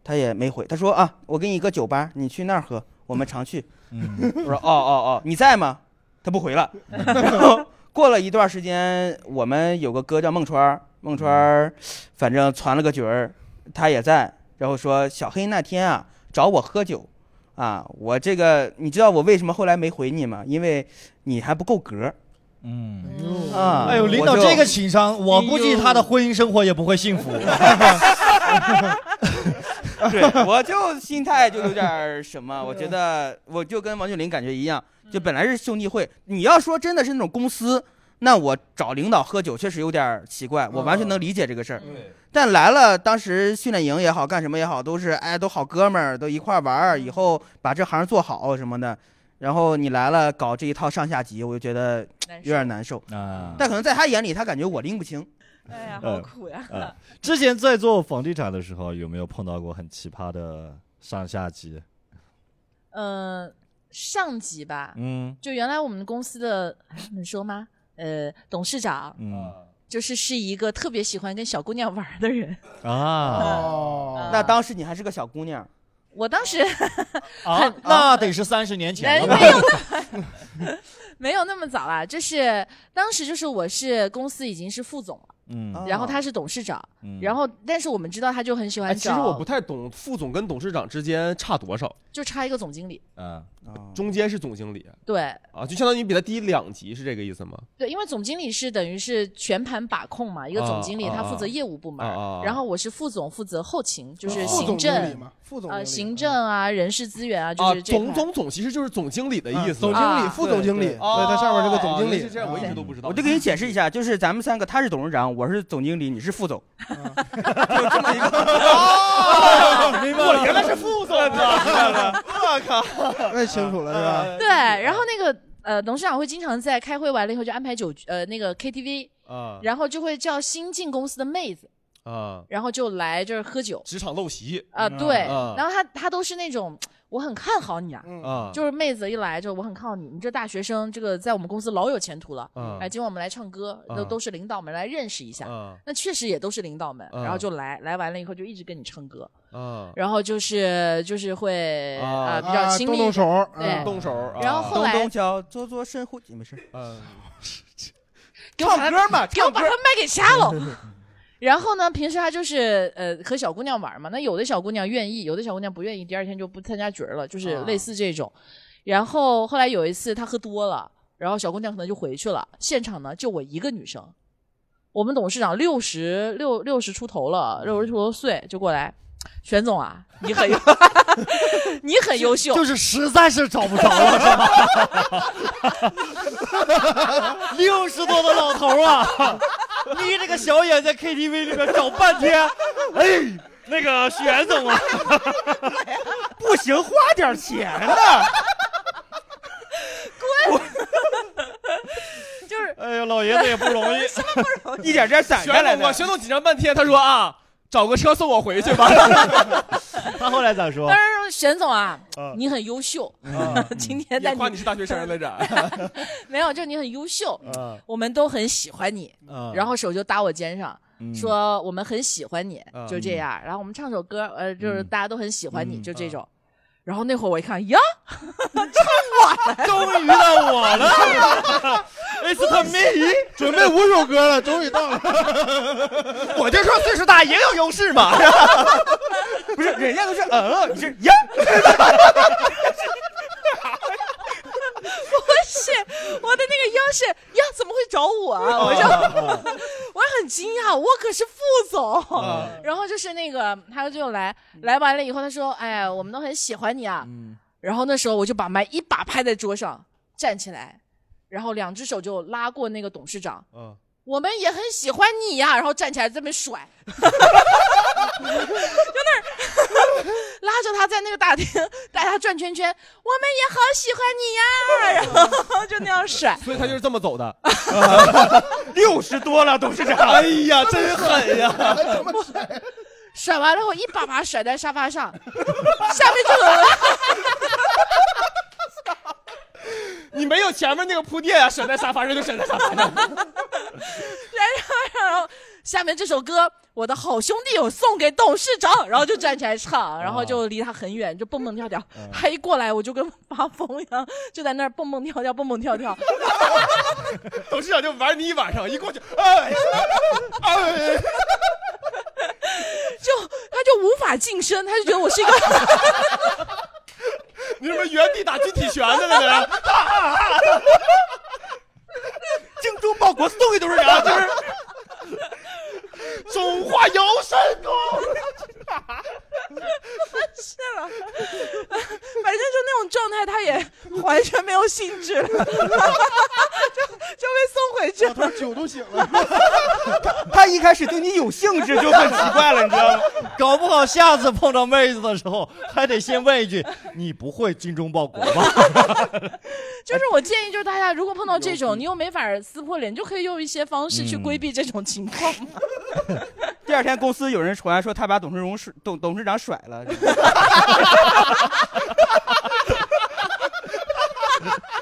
Speaker 2: 他也没回，他说啊，我给你一个酒吧，你去那儿喝，我们常去。
Speaker 4: 嗯
Speaker 2: 我说哦哦哦，你在吗？他不回 *laughs* 了。然后过了一段时间，我们有个哥叫孟川儿，孟川儿反正传了个局儿，他也在，然后说小黑那天啊找我喝酒，啊，我这个你知道我为什么后来没回你吗？因为你还不够格儿
Speaker 4: 嗯。
Speaker 2: 啊。
Speaker 4: 哎呦，领导
Speaker 2: 我就
Speaker 4: 这个情商，我估
Speaker 3: 哎
Speaker 4: 计他的婚姻生活也不会幸福。
Speaker 2: *laughs* 对，我就心态就有点儿什 *laughs* 么，我觉得我就跟王俊林感觉一样，就本来是兄弟会，你要说真的是那种公司，那我找领导喝酒确实有点儿奇怪，我完全能理解这个事儿。
Speaker 1: 对，
Speaker 2: 但来了，当时训练营也好，干什么也好，都是哎，都好哥们儿，都一块儿玩儿，以后把这行做好什么的。然后你来了，搞这一套上下级，我就觉得
Speaker 3: 嗯
Speaker 2: 有点难受。
Speaker 4: *laughs* 啊
Speaker 2: 但可能在他眼里，他感觉我拎不清。
Speaker 3: 哎呀，
Speaker 4: 好
Speaker 3: 好
Speaker 4: 嗯
Speaker 3: 苦呀！
Speaker 4: 啊，之前在做房地产的时候，有没有碰到过很奇葩的上下级？
Speaker 3: 嗯，上级吧，
Speaker 4: 嗯
Speaker 3: 就原来我们公司的哎能说吗？呃，董事长
Speaker 4: 嗯
Speaker 3: 就是是一个特别喜欢跟小姑娘玩儿的人。
Speaker 4: 啊
Speaker 5: 哦，
Speaker 2: 那当时你还是个小姑娘，
Speaker 3: 我当时
Speaker 4: 啊，
Speaker 3: 哦
Speaker 4: 那得是三十年前
Speaker 3: 没没
Speaker 4: 了吧？
Speaker 3: 有那么没有那么早啦，就是当时就是我是公司已经是副总了，
Speaker 4: 嗯
Speaker 2: 啊
Speaker 3: 然后他是董事长，
Speaker 4: 嗯
Speaker 3: 然后但是我们知道他就很喜
Speaker 1: 哎，
Speaker 3: 欢
Speaker 1: 其实我
Speaker 3: 找
Speaker 1: 不，太懂副总跟董事长之间差多少，
Speaker 3: 就差一个总经理。
Speaker 4: 嗯
Speaker 2: 啊
Speaker 1: 中间是总经理
Speaker 3: 对
Speaker 1: 啊，就相当于比他低两级，是这个意思吗？
Speaker 3: 对，因为总经理是等于是全盘把控嘛，一个总经理
Speaker 1: 啊
Speaker 3: 他
Speaker 1: 啊
Speaker 3: 负责业务部门，
Speaker 1: 啊啊啊
Speaker 3: 然后我是副总负责后勤，
Speaker 1: 哦
Speaker 3: 就是
Speaker 5: 副
Speaker 3: 行
Speaker 5: 总经理
Speaker 3: 政。
Speaker 5: 嘛，副总经
Speaker 3: 呃，
Speaker 5: 理嗯
Speaker 3: 行政啊，人事资源啊，就
Speaker 1: 啊，
Speaker 3: 是这块
Speaker 1: 总总总其实就是总经理的
Speaker 5: 啊
Speaker 1: 意思。哦
Speaker 5: 总经理、
Speaker 3: 啊
Speaker 5: 副总经理，
Speaker 2: 对
Speaker 5: 对，他上面是个总经
Speaker 1: 原来
Speaker 5: 理。
Speaker 1: 是这样，我一直都不知道。
Speaker 2: 嗯我就给
Speaker 1: *laughs*
Speaker 2: 你解释一下，就是咱们三个，他是董事长，我是总经理，你是副总，
Speaker 1: 哦
Speaker 4: 我原来是副总啊！
Speaker 5: 太清楚了，
Speaker 3: 啊
Speaker 5: 是吧？
Speaker 3: 对，然后那个呃，董事长会经常在开会完了以后就安排酒局呃那个 KTV，
Speaker 1: *laughs* 啊
Speaker 3: 然后就会叫新进公司的妹子，
Speaker 1: 啊，
Speaker 3: 然后就来这儿喝酒
Speaker 1: 职场陋习
Speaker 3: 啊、
Speaker 5: 嗯
Speaker 3: 对，
Speaker 1: 啊
Speaker 3: 然后他他都是那种我很看好你啊，
Speaker 5: 嗯，
Speaker 1: 啊，
Speaker 3: 就是妹子一来就我很看好你，你这大学生这个在我们公司老有前途了，
Speaker 5: 嗯
Speaker 1: 啊
Speaker 3: 哎，今晚我们来唱歌，
Speaker 1: 啊
Speaker 3: 都都是领导们来认识一下。
Speaker 1: 啊
Speaker 3: 那确实也都是领导们，
Speaker 5: 嗯
Speaker 1: 啊
Speaker 3: 然后就来来完了以后就一直跟你唱歌，
Speaker 1: 啊，
Speaker 3: 然后就是就是会
Speaker 1: 啊
Speaker 3: 呃比较亲
Speaker 5: 啊
Speaker 3: 密一
Speaker 5: 动动
Speaker 3: 点，
Speaker 5: 手儿，
Speaker 3: 对
Speaker 5: 啊
Speaker 1: 动手。
Speaker 3: 然后后
Speaker 2: 东
Speaker 3: 来
Speaker 2: 东敲，做做深呼吸，没事。
Speaker 1: 嗯
Speaker 3: 给我把他
Speaker 2: 歌嘛，
Speaker 3: 给我把他麦给掐了。 *laughs* 然后呢，平时他就是呃和小姑娘玩嘛，那有的小姑娘愿意，有的小姑娘不愿意，第二天就不参加局儿了，就是类似这种。然后后来有一次他喝多了，然后小姑娘可能就回去了，现场呢就我一个女生，我们董事长六十六六十出头了，六十出头岁就过来，玄总啊，你很 *laughs* 你很优 *laughs* 秀，
Speaker 4: 就是实在是找不着了，是吧？六十多的老头啊，眯着个小眼在 KTV 里边找半天，哎，那个玄总啊，
Speaker 2: 不行，花点钱啊！
Speaker 3: 就是
Speaker 4: 哎呀，老爷子也不容易，
Speaker 2: 一点点攒下来的。
Speaker 1: 玄总紧张半天，他说啊，找个车送我回去
Speaker 3: *laughs*
Speaker 1: 吧。
Speaker 4: 他后来咋说
Speaker 3: 当？然玄总啊
Speaker 4: 啊，
Speaker 3: 你很优秀，今天带
Speaker 1: 嗯也
Speaker 3: 你
Speaker 1: 夸你是大学生来着。
Speaker 3: 没有，就你很优秀，
Speaker 4: 嗯
Speaker 3: 我们都很喜欢你。
Speaker 4: 嗯
Speaker 3: 然后手就搭我肩上，说我们很喜欢你，
Speaker 1: 嗯
Speaker 3: 就这样。然后我们唱首歌，呃，就是大家都很喜欢你，
Speaker 4: 嗯
Speaker 3: 就这种。然后那会儿我一看，呀，
Speaker 4: 终于到我了 *laughs* ，It's me。
Speaker 5: 准备五首歌了，终于到了。
Speaker 4: 我就说岁数大也有优势嘛。
Speaker 2: 不是， *laughs* 人家都是嗯，你是呀，
Speaker 3: 我是我的那个腰是呀，怎么会找我
Speaker 2: 哦
Speaker 3: 啊？我就我很惊讶，我可是副总。然后就是那个他就来来完了以后，他说，哎呀，我们都很喜欢你啊。然后那时候我就把麦一把拍在桌上，站起来，然后两只手就拉过那个董事长。
Speaker 1: 嗯，
Speaker 3: 我们也很喜欢你呀、然后站起来这么甩，就那儿拉着他在那个大厅带他转圈圈，我们也好喜欢你呀、然后就那样甩，
Speaker 1: 所以他就是这么走的。
Speaker 2: 六十多了，董事长。
Speaker 1: 哎呀，真狠呀！
Speaker 3: 甩完了我一把把他甩在沙发上，下面就有人拉
Speaker 1: 你没有前面那个铺垫啊，甩在沙发上就甩在沙发上。
Speaker 3: 然后下面这首歌我的好兄弟有送给董事长，然后就站起来唱，然后就离他很远，就蹦蹦跳跳，他一过来我就跟发疯一样，就在那儿蹦蹦跳跳，蹦蹦跳跳。
Speaker 1: 董事长就玩你一晚上，一过去，哎，哎，
Speaker 3: 就他就无法晋升，他就觉得我是一个，
Speaker 1: 你怎么原地打集体拳呢？那个
Speaker 2: 精忠报国，送给董事 *laughs* 长，就是啊
Speaker 1: 中华摇身功。
Speaker 3: 反正就那种状态，他也完全没有兴致了， *laughs* 就就被送回去
Speaker 5: 老。头儿酒都
Speaker 4: *laughs*
Speaker 5: 醒了，
Speaker 2: *laughs* 他一开始对你有兴致就很奇怪了，你知道吗？
Speaker 4: 搞不好下次碰到妹子的时候，还得先问一句：“你不会精忠报国吧
Speaker 3: 就是我建议，就是大家如果碰到这种，你又没法撕破脸，你就可以用一些方式去规避这种情况嘛。
Speaker 2: 第二天公司有人传说他把董事荣甩董董事长甩
Speaker 6: *laughs*
Speaker 2: 了，？”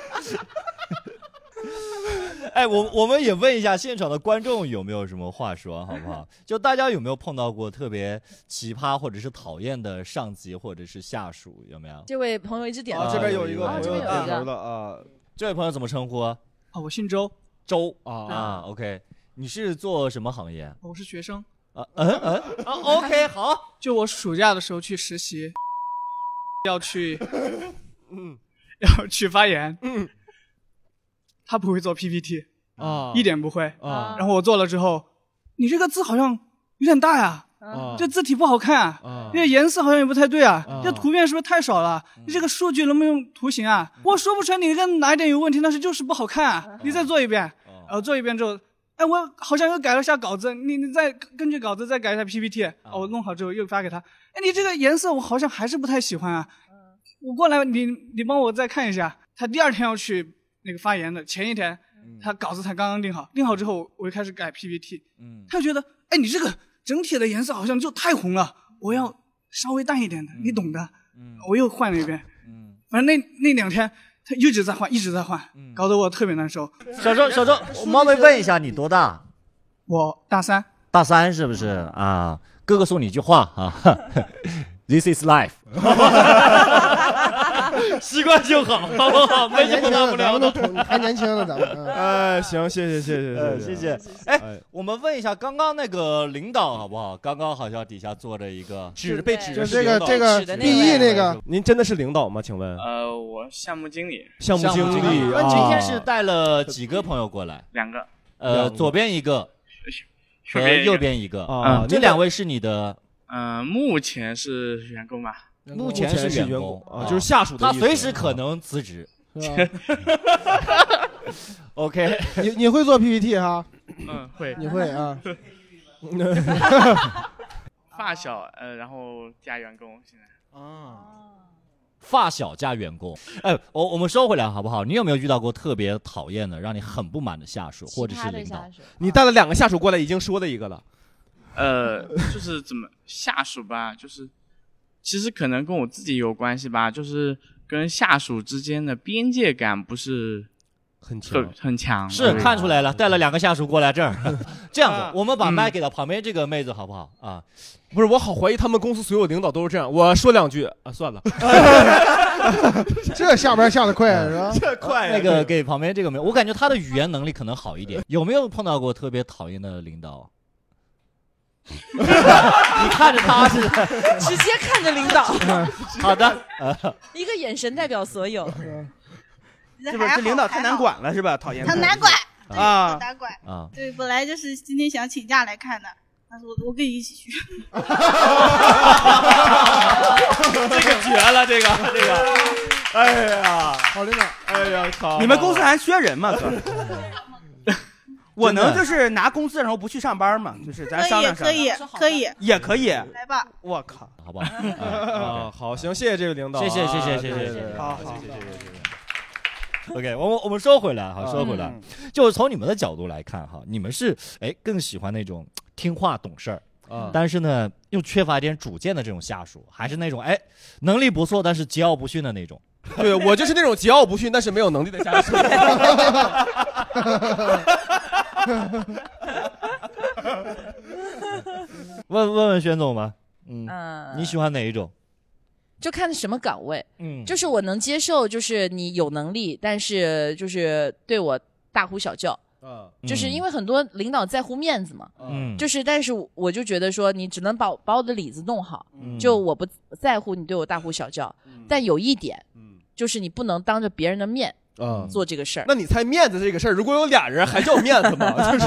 Speaker 4: *laughs* 哎，我我们也问一下现场的观众有没有什么话说，好不
Speaker 7: *laughs*
Speaker 4: 好？就大家有没有碰到过特别奇葩或者是讨厌的上级或者是下属？有没有？
Speaker 3: 这位朋友一直点
Speaker 4: 啊
Speaker 3: 头，
Speaker 4: 这边有一个
Speaker 3: 啊，这边有一
Speaker 1: 点头，
Speaker 3: 个
Speaker 1: 的啊
Speaker 4: 这位朋友怎么称呼啊？
Speaker 8: 哦啊，我姓周，
Speaker 4: 周
Speaker 1: 啊
Speaker 4: 啊，OK。你是做什么行业？
Speaker 8: 我是学生。
Speaker 4: 啊， *laughs* 嗯嗯啊，OK，好。
Speaker 8: 就我暑假的时候去实习，
Speaker 1: *laughs*
Speaker 8: 要去，嗯，要去发言。嗯，他不会做 PPT
Speaker 1: 啊
Speaker 8: 一点不会
Speaker 1: 啊
Speaker 8: 然后我做了之后，你这个字好像有点大呀，
Speaker 1: 啊
Speaker 8: 这字体不好看啊
Speaker 1: 啊，
Speaker 8: 这颜色好像也不太对啊，
Speaker 1: 啊嗯
Speaker 8: 这图片是不是太少了？你这个数据能不能用图形啊？我说不出来你这个哪一点有问题，但是就是不好看
Speaker 1: 嗯
Speaker 8: 啊。你再做一遍，然
Speaker 4: 哦
Speaker 8: 后做一遍之后。哎，我好像又改了下稿子，你你再根据稿子再改一下 PPT，哦，我弄好之后又发给他。哎，你这个颜色我好像还是不太喜欢啊，我过来，你你帮我再看一下。他第二天要去那个发言的，前一天他稿子才刚刚定好，定好之后我就开始改 PPT，
Speaker 4: 嗯，
Speaker 8: 他就觉得，哎，你这个整体的颜色好像就太红了，我要稍微淡一点的，你懂的。我又换了一遍，
Speaker 4: 嗯，
Speaker 8: 反正那那两天他一直在换，一直在换，搞得我特别难受。
Speaker 7: 小郑，小郑，我冒昧问一下，你多大？
Speaker 8: 我大三。
Speaker 4: 大三是不是啊？哥哥送你一句话啊 *laughs* ，This is life。习惯就好，好不好？没什么大不了
Speaker 5: 咱
Speaker 4: 啊
Speaker 5: 们
Speaker 4: 的
Speaker 5: 都。同太年轻了，咱们。
Speaker 4: *laughs*
Speaker 5: 嗯
Speaker 3: 呃
Speaker 1: 哎，行，谢谢，谢谢，
Speaker 4: 呃，
Speaker 1: 谢
Speaker 4: 谢
Speaker 1: 谢。
Speaker 4: 谢。哎，我们问一下刚刚那个领导好不好？刚刚好像底下坐着一个
Speaker 1: 指被指
Speaker 5: 就
Speaker 1: 的
Speaker 5: 这
Speaker 1: 是
Speaker 5: 个
Speaker 1: 领导
Speaker 5: 这个
Speaker 3: 指的那
Speaker 5: BE
Speaker 3: 位
Speaker 5: 那个，
Speaker 1: 您真的是领导吗？请问啊
Speaker 9: 呃，我项目经理
Speaker 1: 项目
Speaker 4: 项
Speaker 1: 经
Speaker 4: 目
Speaker 1: 理
Speaker 4: 那今
Speaker 1: 啊
Speaker 4: 天是带了几个朋友过来？
Speaker 9: 两个，
Speaker 4: 呃，
Speaker 1: 两个
Speaker 4: 左边一个和
Speaker 9: 右边一个
Speaker 4: 右边一个。
Speaker 1: 啊，
Speaker 4: 这
Speaker 1: 那
Speaker 4: 两位是你的，
Speaker 9: 嗯、目前是员工吧，
Speaker 4: 目
Speaker 1: 目前
Speaker 4: 是
Speaker 1: 员
Speaker 4: 工
Speaker 1: 啊，就是下属的
Speaker 4: 他
Speaker 1: 意思。
Speaker 4: 随时可能辞职。
Speaker 5: 是吧 *laughs*
Speaker 4: OK，
Speaker 5: 你你会做 PPT 哈？
Speaker 9: 嗯，会
Speaker 5: 你会啊？ *laughs*
Speaker 9: 发小，呃，然后加员工，现在
Speaker 4: 发小加员工。哎，我我们收回来好不好？你有没有遇到过特别讨厌的，让你很不满的下属或者
Speaker 3: 其
Speaker 4: 是
Speaker 3: 他的
Speaker 4: 领导
Speaker 3: 下？属
Speaker 1: 你带了两个下属过来，已经说的一个了。
Speaker 9: 呃， *laughs* 就是怎么下属吧，就是其实可能跟我自己有关系吧，就是跟下属之间的边界感不是
Speaker 1: 很
Speaker 9: 特
Speaker 1: 强，
Speaker 9: 很强，
Speaker 4: 是
Speaker 9: 对
Speaker 4: 看出来了，带了两个下属过来这儿。 *laughs* 这样
Speaker 8: 啊
Speaker 4: 子，我们把麦给到旁边这个妹子好不好啊？
Speaker 1: 不是，我好怀疑他们公司所有领导都是这样。我说两句啊，算了，
Speaker 5: 这下班下的快是吧？
Speaker 1: 快
Speaker 4: 那个给旁边这个妹，我感觉她的语言能力可能好一点。有没有碰到过特别讨厌的领导？你看着他是
Speaker 3: 直接看着领导，
Speaker 4: *laughs* 好的，
Speaker 3: *laughs*
Speaker 4: 嗯
Speaker 3: 一个眼神代表所有。
Speaker 2: 这不是这领导太难管了是吧？讨厌
Speaker 6: 很难管，
Speaker 2: 啊
Speaker 6: *laughs* 很！难管。
Speaker 4: 啊，
Speaker 6: 对，本来就是今天想请假来看的，他说我跟你一起去。
Speaker 4: 这个绝了，这个这个，哎呀，
Speaker 5: 好领导，
Speaker 4: 哎呀，靠
Speaker 2: 你们公司还缺人吗？
Speaker 6: *laughs*
Speaker 2: 哥，我能就是拿工资然后不去上班吗？就是咱商
Speaker 6: 可以，
Speaker 2: 量商
Speaker 6: 可
Speaker 2: 量，
Speaker 6: 以，可以，
Speaker 2: 也可以。
Speaker 6: 来吧。
Speaker 2: 我靠，
Speaker 4: 好 *laughs* 不好？啊
Speaker 1: 啊，好，行，谢谢这位领导啊，
Speaker 4: 谢谢谢谢谢谢
Speaker 1: 对
Speaker 4: 谢
Speaker 1: 对
Speaker 4: 谢
Speaker 1: 对，
Speaker 2: 好好，
Speaker 4: OK，我们我们说回来哈，说回来，
Speaker 2: 嗯
Speaker 4: 就是从你们的角度来看哈，你们是哎更喜欢那种听话懂事儿，
Speaker 1: 啊，
Speaker 4: 但是呢又缺乏一点主见的这种下属，还是那种哎能力不错但是桀骜不驯的那种？
Speaker 1: 对我就是那种桀骜不驯但是没有能力的下属。
Speaker 4: 问问问轩总吧，嗯，
Speaker 3: 嗯，
Speaker 4: 你喜欢哪一种？
Speaker 3: 就看什么岗位，
Speaker 4: 嗯，
Speaker 3: 就是我能接受，就是你有能力，但是就是对我大呼小叫，
Speaker 1: 嗯
Speaker 3: 就是因为很多领导在乎面子嘛。
Speaker 4: 嗯，
Speaker 3: 就是，但是我我就觉得说，你只能把我把我的里子弄好，
Speaker 4: 嗯
Speaker 3: 就我不在乎你对我大呼小叫，但有一点，
Speaker 4: 嗯
Speaker 3: 就是你不能当着别人的面
Speaker 1: 啊，
Speaker 3: 做这个事儿。
Speaker 1: 那你猜面子这个事儿，如果有俩人还叫面子吗？ *laughs* 就是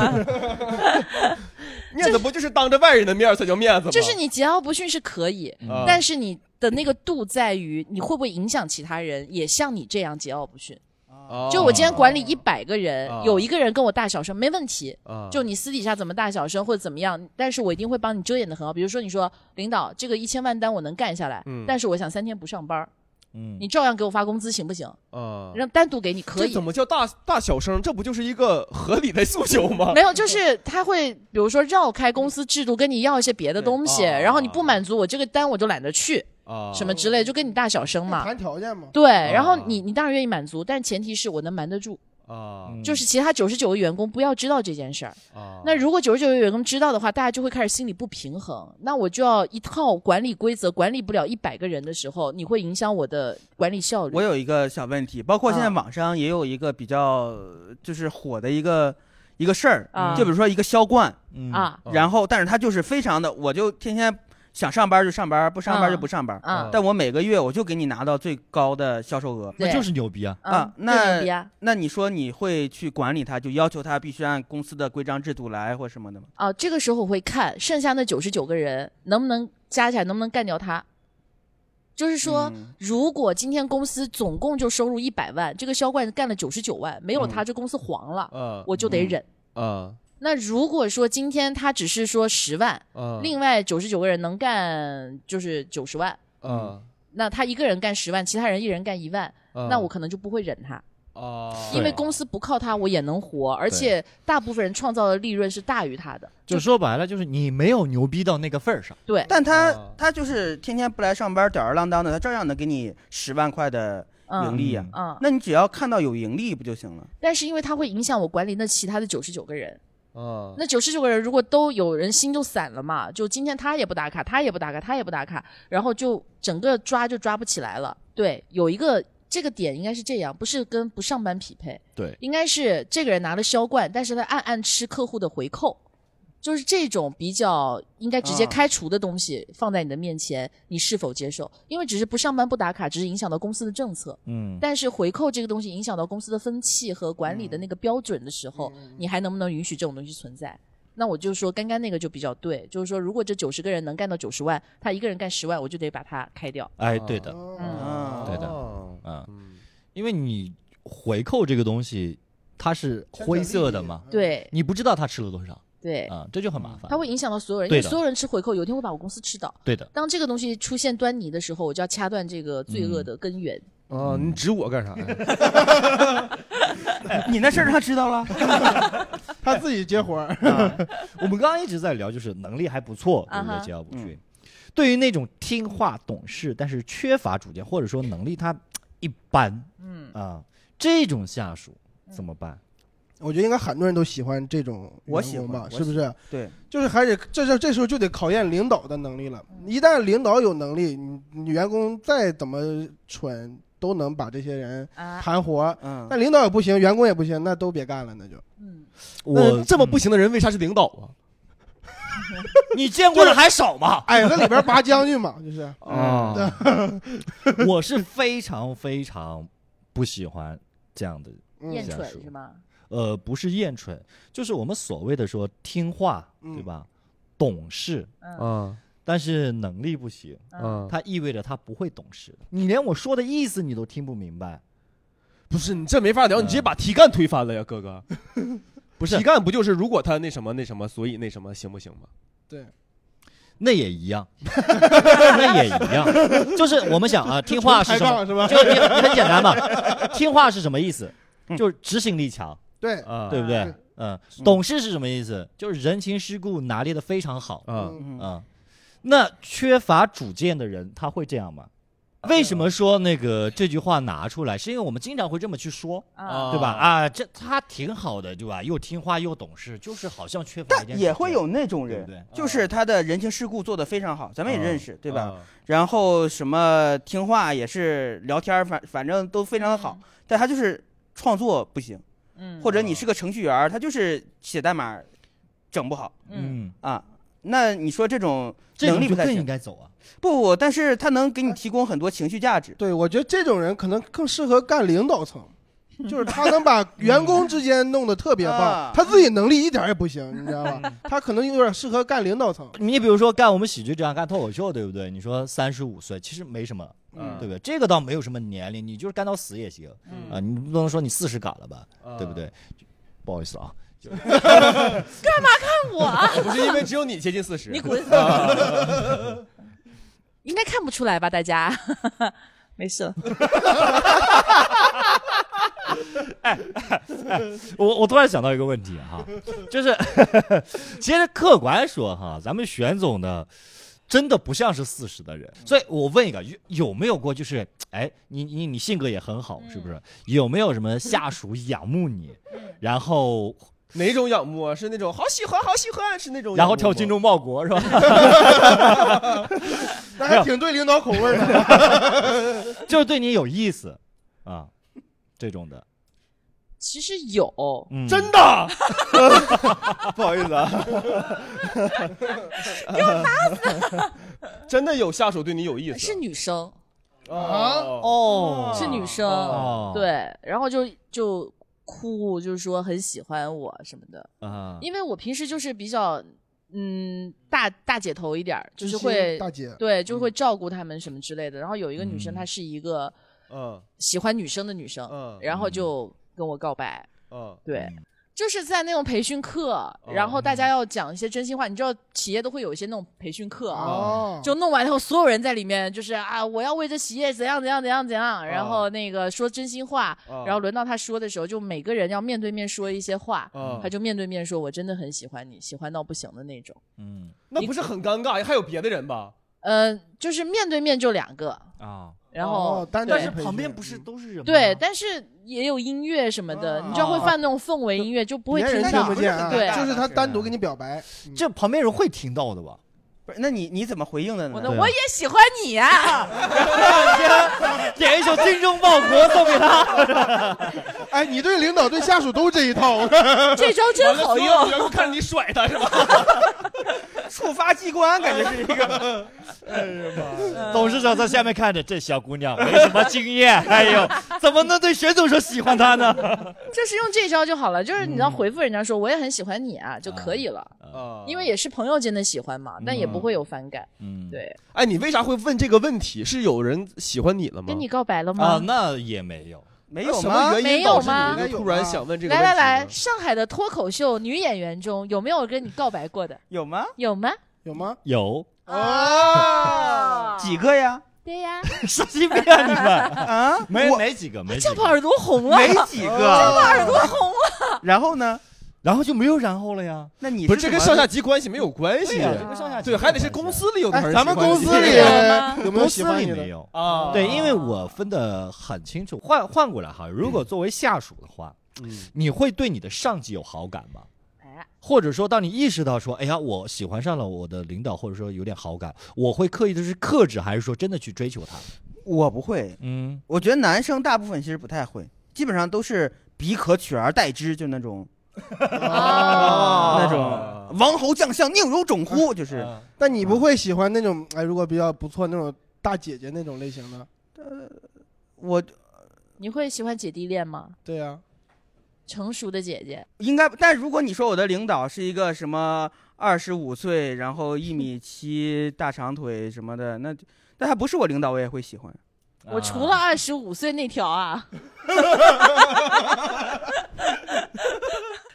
Speaker 1: 面子不就是当着外人的面儿才叫面子吗？
Speaker 3: 就是你桀骜不驯是可以，
Speaker 1: 啊，
Speaker 3: 但是你的那个度在于你会不会影响其他人也像你这样桀骜不驯。
Speaker 1: 啊
Speaker 3: 就我今天管理一百个人
Speaker 1: 啊，
Speaker 3: 有一个人跟我大小声没问题，
Speaker 1: 啊
Speaker 3: 就你私底下怎么大小声或者怎么样，但是我一定会帮你遮掩的很好。比如说你说领导这个一千万单我能干下来
Speaker 1: 嗯，
Speaker 3: 但是我想三天不上班儿，
Speaker 4: 嗯
Speaker 3: 你照样给我发工资行不行？
Speaker 1: 啊，
Speaker 3: 让单独给你可
Speaker 1: 这 *laughs*
Speaker 3: 以
Speaker 1: 怎。么叫大大小声？这不就是一个合理的诉求吗？
Speaker 3: 没有，就是他会，比如说绕开公司制度，跟你要一些别的东西，
Speaker 1: 对啊
Speaker 3: 然后你不满足我这个单，我就懒得去，
Speaker 1: 啊
Speaker 3: 什么之类，就跟你大小声嘛。
Speaker 5: 嗯谈条件嘛。
Speaker 3: 对，然后你你当然愿意满足，但前提是我能瞒得住，
Speaker 1: 啊
Speaker 4: 嗯哦
Speaker 3: 就是其他九十九个员工不要知道这件事儿。
Speaker 1: 啊
Speaker 3: 那如果九十九个员工知道的话，大家就会开始心里不平衡。那我就要一套管理规则，管理不了一百个人的时候，你会影响我的管理效率。
Speaker 2: 我有一个小问题，包括现在
Speaker 3: 啊
Speaker 2: 网上也有一个比较呃就是火的一个一个事儿
Speaker 3: 啊，
Speaker 2: 就比如说一个销冠
Speaker 3: 嗯啊
Speaker 2: 然后但是他就是非常的，我就天天想上班就上班，不
Speaker 6: 啊
Speaker 2: 上班就不上班
Speaker 3: 嗯嗯，
Speaker 2: 但我每个月我就给你拿到最高的销售额，
Speaker 3: 对那就是
Speaker 4: 牛逼啊
Speaker 3: 嗯
Speaker 2: 啊，
Speaker 3: 就
Speaker 2: 那
Speaker 3: 牛逼啊
Speaker 2: 那你说你会去管理他，就要求他必须按公司的规章制度来或什么的吗？
Speaker 3: 啊，这个时候我会看剩下那九十九个人能不能加起来，能不能干掉他。就是
Speaker 2: 嗯
Speaker 3: 说，如果今天公司总共就收入一百万，这个销冠干了九十九万，没有他这公司黄了，
Speaker 1: 嗯
Speaker 3: 我就得忍。
Speaker 1: 啊
Speaker 3: 那如果说今天他只是说十万，
Speaker 1: 嗯
Speaker 3: 另外九十九个人能干就是九十万，
Speaker 1: 啊
Speaker 3: 那他一个人干十万，其他人一人干一万，
Speaker 1: 嗯
Speaker 3: 那我可能就不会忍他。
Speaker 1: 啊！
Speaker 3: 因为公司不靠他，我也能活，而且大部分人创造的利润是大于他的。
Speaker 4: 就说白了，就是你没有牛逼到那个份儿上。
Speaker 3: 对，
Speaker 2: 但他他就是天天不来上班，吊儿郎当的，他照样能给你十万块的盈利呀、
Speaker 3: 嗯嗯
Speaker 2: 那你只要看到有盈利不就行了？
Speaker 3: 但是因为他会影响我管理那其他的九十九个人，
Speaker 1: 啊
Speaker 3: 那九十九个人如果都有人心就散了嘛，就今天他也不打卡，他也不打卡，他也不打卡，然后就整个抓就抓不起来了。对，有一个这个点应该是这样，不是跟不上班匹配，
Speaker 4: 对
Speaker 3: 应该是这个人拿了销冠，但是他暗暗吃客户的回扣，就是这种比较应该直接
Speaker 2: 啊
Speaker 3: 开除的东西放在你的面前，你是否接受？因为只是不上班不打卡，只是影响到公司的政策。
Speaker 4: 嗯
Speaker 3: 但是回扣这个东西影响到公司的风气和管理的
Speaker 2: 嗯
Speaker 3: 那个标准的时候，你还能不能允许这种东西存在？那我就说刚刚那个就比较对，就是说如果这九十个人能干到九十万，他一个人干十万，我就得把他开掉。
Speaker 4: 哎，对的，
Speaker 5: 哦
Speaker 4: 对的，嗯，因为你回扣这个东西，它是灰色的
Speaker 2: 嗯
Speaker 4: 嘛，
Speaker 3: *laughs* 对
Speaker 4: 你不知道他吃了多少，
Speaker 3: 对嗯
Speaker 4: 啊，这就很麻烦
Speaker 3: 它。会影响到所有人，因
Speaker 4: 对
Speaker 3: 为
Speaker 4: 的
Speaker 3: 所有人吃回扣，有一天会把我公司吃倒。
Speaker 4: 对的，
Speaker 3: 当这个东西出现端倪的时候，我就要掐断这个罪
Speaker 2: 嗯
Speaker 3: 恶的根源。
Speaker 1: 啊！你指我干啥呀？
Speaker 2: 你那事儿他知道了，
Speaker 5: 他自己接活儿。
Speaker 4: *laughs* 我们刚刚一直在聊，就是能力还不错，对不
Speaker 3: 啊
Speaker 4: 对？
Speaker 3: 哈
Speaker 4: 桀骜不驯。对于那种听话懂事，但是缺乏主见，或者说能力他一般，嗯啊，这种下属怎么办？
Speaker 5: 我觉得应该很多人都喜欢这种
Speaker 2: 我
Speaker 5: 员
Speaker 2: 喜
Speaker 5: 工
Speaker 2: 欢
Speaker 5: 吧，
Speaker 2: 我
Speaker 5: 是不
Speaker 2: 喜
Speaker 5: 是？
Speaker 2: 对，
Speaker 5: 就是还得这这这时候就得考验领导的能力了。一旦领导有能力，你你员工再怎么蠢，都能把这些人
Speaker 3: 啊
Speaker 5: 盘活。
Speaker 2: 嗯
Speaker 5: 那领导也不行，员工也不行，那都别干了，那就。
Speaker 3: 嗯
Speaker 1: 那这么不行的人为啥是领导啊？
Speaker 4: 你见过的还少吗？
Speaker 5: 矮哎子里边拔将军嘛，就是嗯
Speaker 4: 啊， *laughs* 我是非常非常不喜欢这样的
Speaker 3: 厌
Speaker 2: 嗯
Speaker 4: 下
Speaker 3: 蠢
Speaker 4: 属
Speaker 3: 是吗？
Speaker 4: 呃，不是厌蠢，就是我们所谓的说听话，对吧？懂事，
Speaker 3: 嗯
Speaker 2: 哦
Speaker 1: 啊
Speaker 4: 但是能力不行，
Speaker 2: 嗯
Speaker 1: 啊！
Speaker 4: 它意味着他不会懂事。你连我说的意思你都听不明白，
Speaker 1: 不是你这没法聊，你直接把题干推翻了呀，哥哥。
Speaker 4: 不是
Speaker 1: 题干不就是如果他那什么那什么，所以那什么行不行吗？
Speaker 5: 对，
Speaker 4: 那也一样， *laughs* 那也一样。就是我们想啊，听
Speaker 5: *laughs*
Speaker 4: 话是什么？
Speaker 5: 抬杠是吧
Speaker 4: 就你很简单嘛，听话是什么意思？
Speaker 2: 嗯
Speaker 4: 就是执行力强，
Speaker 5: 对，
Speaker 1: 啊，
Speaker 4: 对不对？嗯，懂事是什么意思？就是人情世故拿捏的非常好。
Speaker 5: 嗯
Speaker 1: 啊
Speaker 2: 嗯
Speaker 4: 啊、那缺乏主见的人他会这样吗？为什么说那个这句话拿出来？是因为我们经常会这么去说，
Speaker 1: 啊
Speaker 4: 对吧？？啊，这他挺好的，对吧？又听话又懂事，就是好像缺乏一点。
Speaker 2: 但也会有，那种人，
Speaker 4: 对不对
Speaker 2: 就是他的人情世故做得非常好，咱们也认识，对吧？
Speaker 1: 啊
Speaker 2: 然后什么听话也是聊天儿，反反正都非常的好，但他就是创作不行，
Speaker 3: 嗯
Speaker 2: 或者你是个程序员儿，他就是写代码整不好
Speaker 3: 嗯
Speaker 4: 嗯，
Speaker 2: 啊。那你说这种
Speaker 4: 这
Speaker 2: 能
Speaker 4: 种
Speaker 2: 力不
Speaker 4: 就
Speaker 2: 太
Speaker 4: 更
Speaker 2: 行
Speaker 4: 应，该走啊。
Speaker 2: 不不，但是他能给你提供很多情绪价值。
Speaker 5: 对，我觉得这种人可能更适合干领导层，就是他能把员工之间弄得特别
Speaker 2: 啊
Speaker 5: 棒，他自己能力一点儿也不行，你知道吧？他可能有点适合干领导层。
Speaker 4: 你比如说干我们喜剧这样干脱口秀，对不对？你说三十五岁其实没什么，
Speaker 1: 嗯
Speaker 4: 对不对？这个倒没有什么年龄，你就是干到死也行啊、你不能说你四十嘎了吧，
Speaker 1: 嗯
Speaker 4: 对不对？不好意思啊，
Speaker 2: 嗯
Speaker 3: *laughs* 我啊
Speaker 1: 不是因为只有你接近四十，
Speaker 3: 你滚！应该看不出来吧，大家？没事了。
Speaker 4: 我我突然想到一个问题 *laughs* 哈，就是其实客观说哈，咱们玄总呢，真的不像是四十的人，所以我问一个，有有没有过就是哎，你你你性格也很好，是不是？有没有什么下属仰慕你，然后
Speaker 1: 哪种仰慕啊？是那种好喜欢，好喜欢，是那种
Speaker 4: 然
Speaker 1: 仰慕吗
Speaker 4: 后跳精忠报国是吧？
Speaker 5: 那
Speaker 4: 哎
Speaker 5: 还挺对领导口味儿的。
Speaker 4: 啊就是对你有意思啊，这种的嗯
Speaker 3: 其实有，
Speaker 1: 真
Speaker 4: *laughs*
Speaker 1: 的，不好意思啊，给我打死！真的有下属对你嗯有意思，
Speaker 3: 是啊女生
Speaker 1: 哦
Speaker 3: 是女生，
Speaker 1: 哦
Speaker 3: 对，然后就就哭，就是说很喜欢我什么的，
Speaker 4: 啊
Speaker 3: 因为我平时就是比较嗯大大姐头一点儿，就
Speaker 5: 知
Speaker 3: 是
Speaker 5: 心
Speaker 3: 会
Speaker 5: 大姐
Speaker 3: 对，就会照顾他们什么之类的。然后有一个女生，她是一个
Speaker 1: 嗯
Speaker 3: 喜欢女生的女生，然后就跟我告白，
Speaker 1: 嗯，
Speaker 3: 对。就是在那种培训课，
Speaker 5: 哦
Speaker 3: 然后大
Speaker 5: 嗯
Speaker 3: 家要讲一些真心话。你知道，企业都会有一些那种培训课啊，
Speaker 5: 哦
Speaker 3: 就弄完以后，所有人在里面就是啊，我要为这企业怎样怎样怎样怎样，
Speaker 5: 哦
Speaker 3: 然后那个说真心话，
Speaker 1: 哦
Speaker 3: 然后轮到他说的时候，就每个人要面对面说一些话，
Speaker 1: 哦
Speaker 3: 他就面对面说，我真的很喜欢你，喜欢到不行的那种。
Speaker 4: 嗯，
Speaker 1: 那不是很尴尬？还有别的人吧？
Speaker 3: 呃，就是面对面就两个，
Speaker 4: 啊，
Speaker 3: 然后、
Speaker 5: 哦单
Speaker 3: 对
Speaker 5: 对是
Speaker 4: 旁边不
Speaker 5: 嗯
Speaker 4: 是都是人吗？
Speaker 3: 对，但是也有音乐什么的，你知道会放那种氛围音乐，就不会
Speaker 5: 哦别
Speaker 3: 听
Speaker 5: 人
Speaker 3: 到。
Speaker 5: 听不见啊，
Speaker 3: 对，
Speaker 5: 就是他单独跟你表白，
Speaker 7: 这旁边人会听到的吧？
Speaker 2: 不是，那你你怎么回应的呢？
Speaker 3: 我我也喜欢你啊！
Speaker 4: 点一首《精忠报国》送给他，
Speaker 5: 哎，你对领导对下属都这
Speaker 1: *laughs*
Speaker 5: 一套，
Speaker 3: *laughs* 这招真好用。
Speaker 1: 员工看着你甩他是
Speaker 4: *laughs*
Speaker 1: 吧？
Speaker 2: 触发机关，感觉是一
Speaker 3: *laughs*
Speaker 2: 个。
Speaker 4: 哎
Speaker 3: 嗯
Speaker 4: 董事长在下面看着，这小姑娘没什么经 *laughs* 验，哎呦，怎么能对沈总说喜欢她呢？
Speaker 3: 就是用这招就好了，就是你要回复人家说我也很喜欢你啊就可以了，
Speaker 1: 啊
Speaker 3: 因为也是朋友间的喜欢嘛，但也不会有反感。
Speaker 4: 嗯，
Speaker 3: 对，
Speaker 1: 哎，你为啥会问这个问题？是有人喜欢你了吗？
Speaker 3: 跟你告白了
Speaker 4: 啊
Speaker 3: 吗，？
Speaker 4: 那也没有，
Speaker 2: 没
Speaker 1: 那
Speaker 2: 有
Speaker 1: 什么
Speaker 2: 吗？
Speaker 1: 原
Speaker 3: 没
Speaker 1: 因
Speaker 3: 哎有
Speaker 1: 导致
Speaker 3: 吗
Speaker 1: 你就突然想问这个
Speaker 3: 来
Speaker 1: 问题
Speaker 3: 来
Speaker 1: 呢？
Speaker 3: 来，上海的脱口秀女演员中有没有跟你告白过的？
Speaker 2: 有吗？
Speaker 3: 有吗？
Speaker 5: 有吗？
Speaker 4: 有
Speaker 3: 哦，
Speaker 2: 几？个
Speaker 3: *laughs*
Speaker 2: 呀？
Speaker 3: 对呀，
Speaker 4: *laughs* 神经病啊你们！
Speaker 2: 啊，
Speaker 4: 没
Speaker 2: 我
Speaker 4: 没几个，没几
Speaker 3: 这把
Speaker 4: 个，
Speaker 3: 耳朵红了，
Speaker 2: 没几个。
Speaker 3: 耳朵红了。
Speaker 2: *laughs* 然后呢？
Speaker 4: 然后就没有然后了呀。
Speaker 2: 那你
Speaker 1: 不是这
Speaker 2: 怎
Speaker 1: 跟
Speaker 2: 么
Speaker 1: 上下级关系没有关系，
Speaker 4: 呀这跟上下级
Speaker 1: 对，还得是公司里有的
Speaker 5: 哎
Speaker 1: 还是喜
Speaker 5: 咱
Speaker 1: 欢
Speaker 5: 们
Speaker 1: 你。
Speaker 5: 公司
Speaker 1: *laughs*
Speaker 5: 里有没有
Speaker 4: 公
Speaker 5: 喜
Speaker 4: 司
Speaker 5: 欢
Speaker 4: 里
Speaker 5: 你的
Speaker 4: 没？有。
Speaker 1: 啊，
Speaker 4: 对，因为我分得很清楚。换换过来哈，如果作为下属的话，
Speaker 1: 嗯
Speaker 4: 你会对你的上级有好感吗？
Speaker 3: 哎，
Speaker 4: 或者说，当你意识到说，哎呀，我喜欢上了我的领导，或者说有点好感，我会刻意的去克制，还是说真的去追求他？
Speaker 2: 我不会，
Speaker 4: 嗯，
Speaker 2: 我觉得男生大部分其实不太会，基本上都是彼可取而代之，就那种
Speaker 3: 啊
Speaker 2: 那
Speaker 1: 哦
Speaker 2: 种王侯将相宁有种乎，就是
Speaker 3: 啊
Speaker 5: 但你不会喜欢那种哎，如果比较不错那种大姐姐那种类型的，
Speaker 2: 我
Speaker 3: 你会喜欢姐弟恋吗？
Speaker 5: 对啊呀，
Speaker 3: 成熟的姐姐，
Speaker 2: 应该，但如果你说我的领导是一个什么二十五岁，然后一米七大长腿什么的，那那他不是我领导，我也会喜欢。
Speaker 3: 我除了二十五岁那条啊。 *laughs*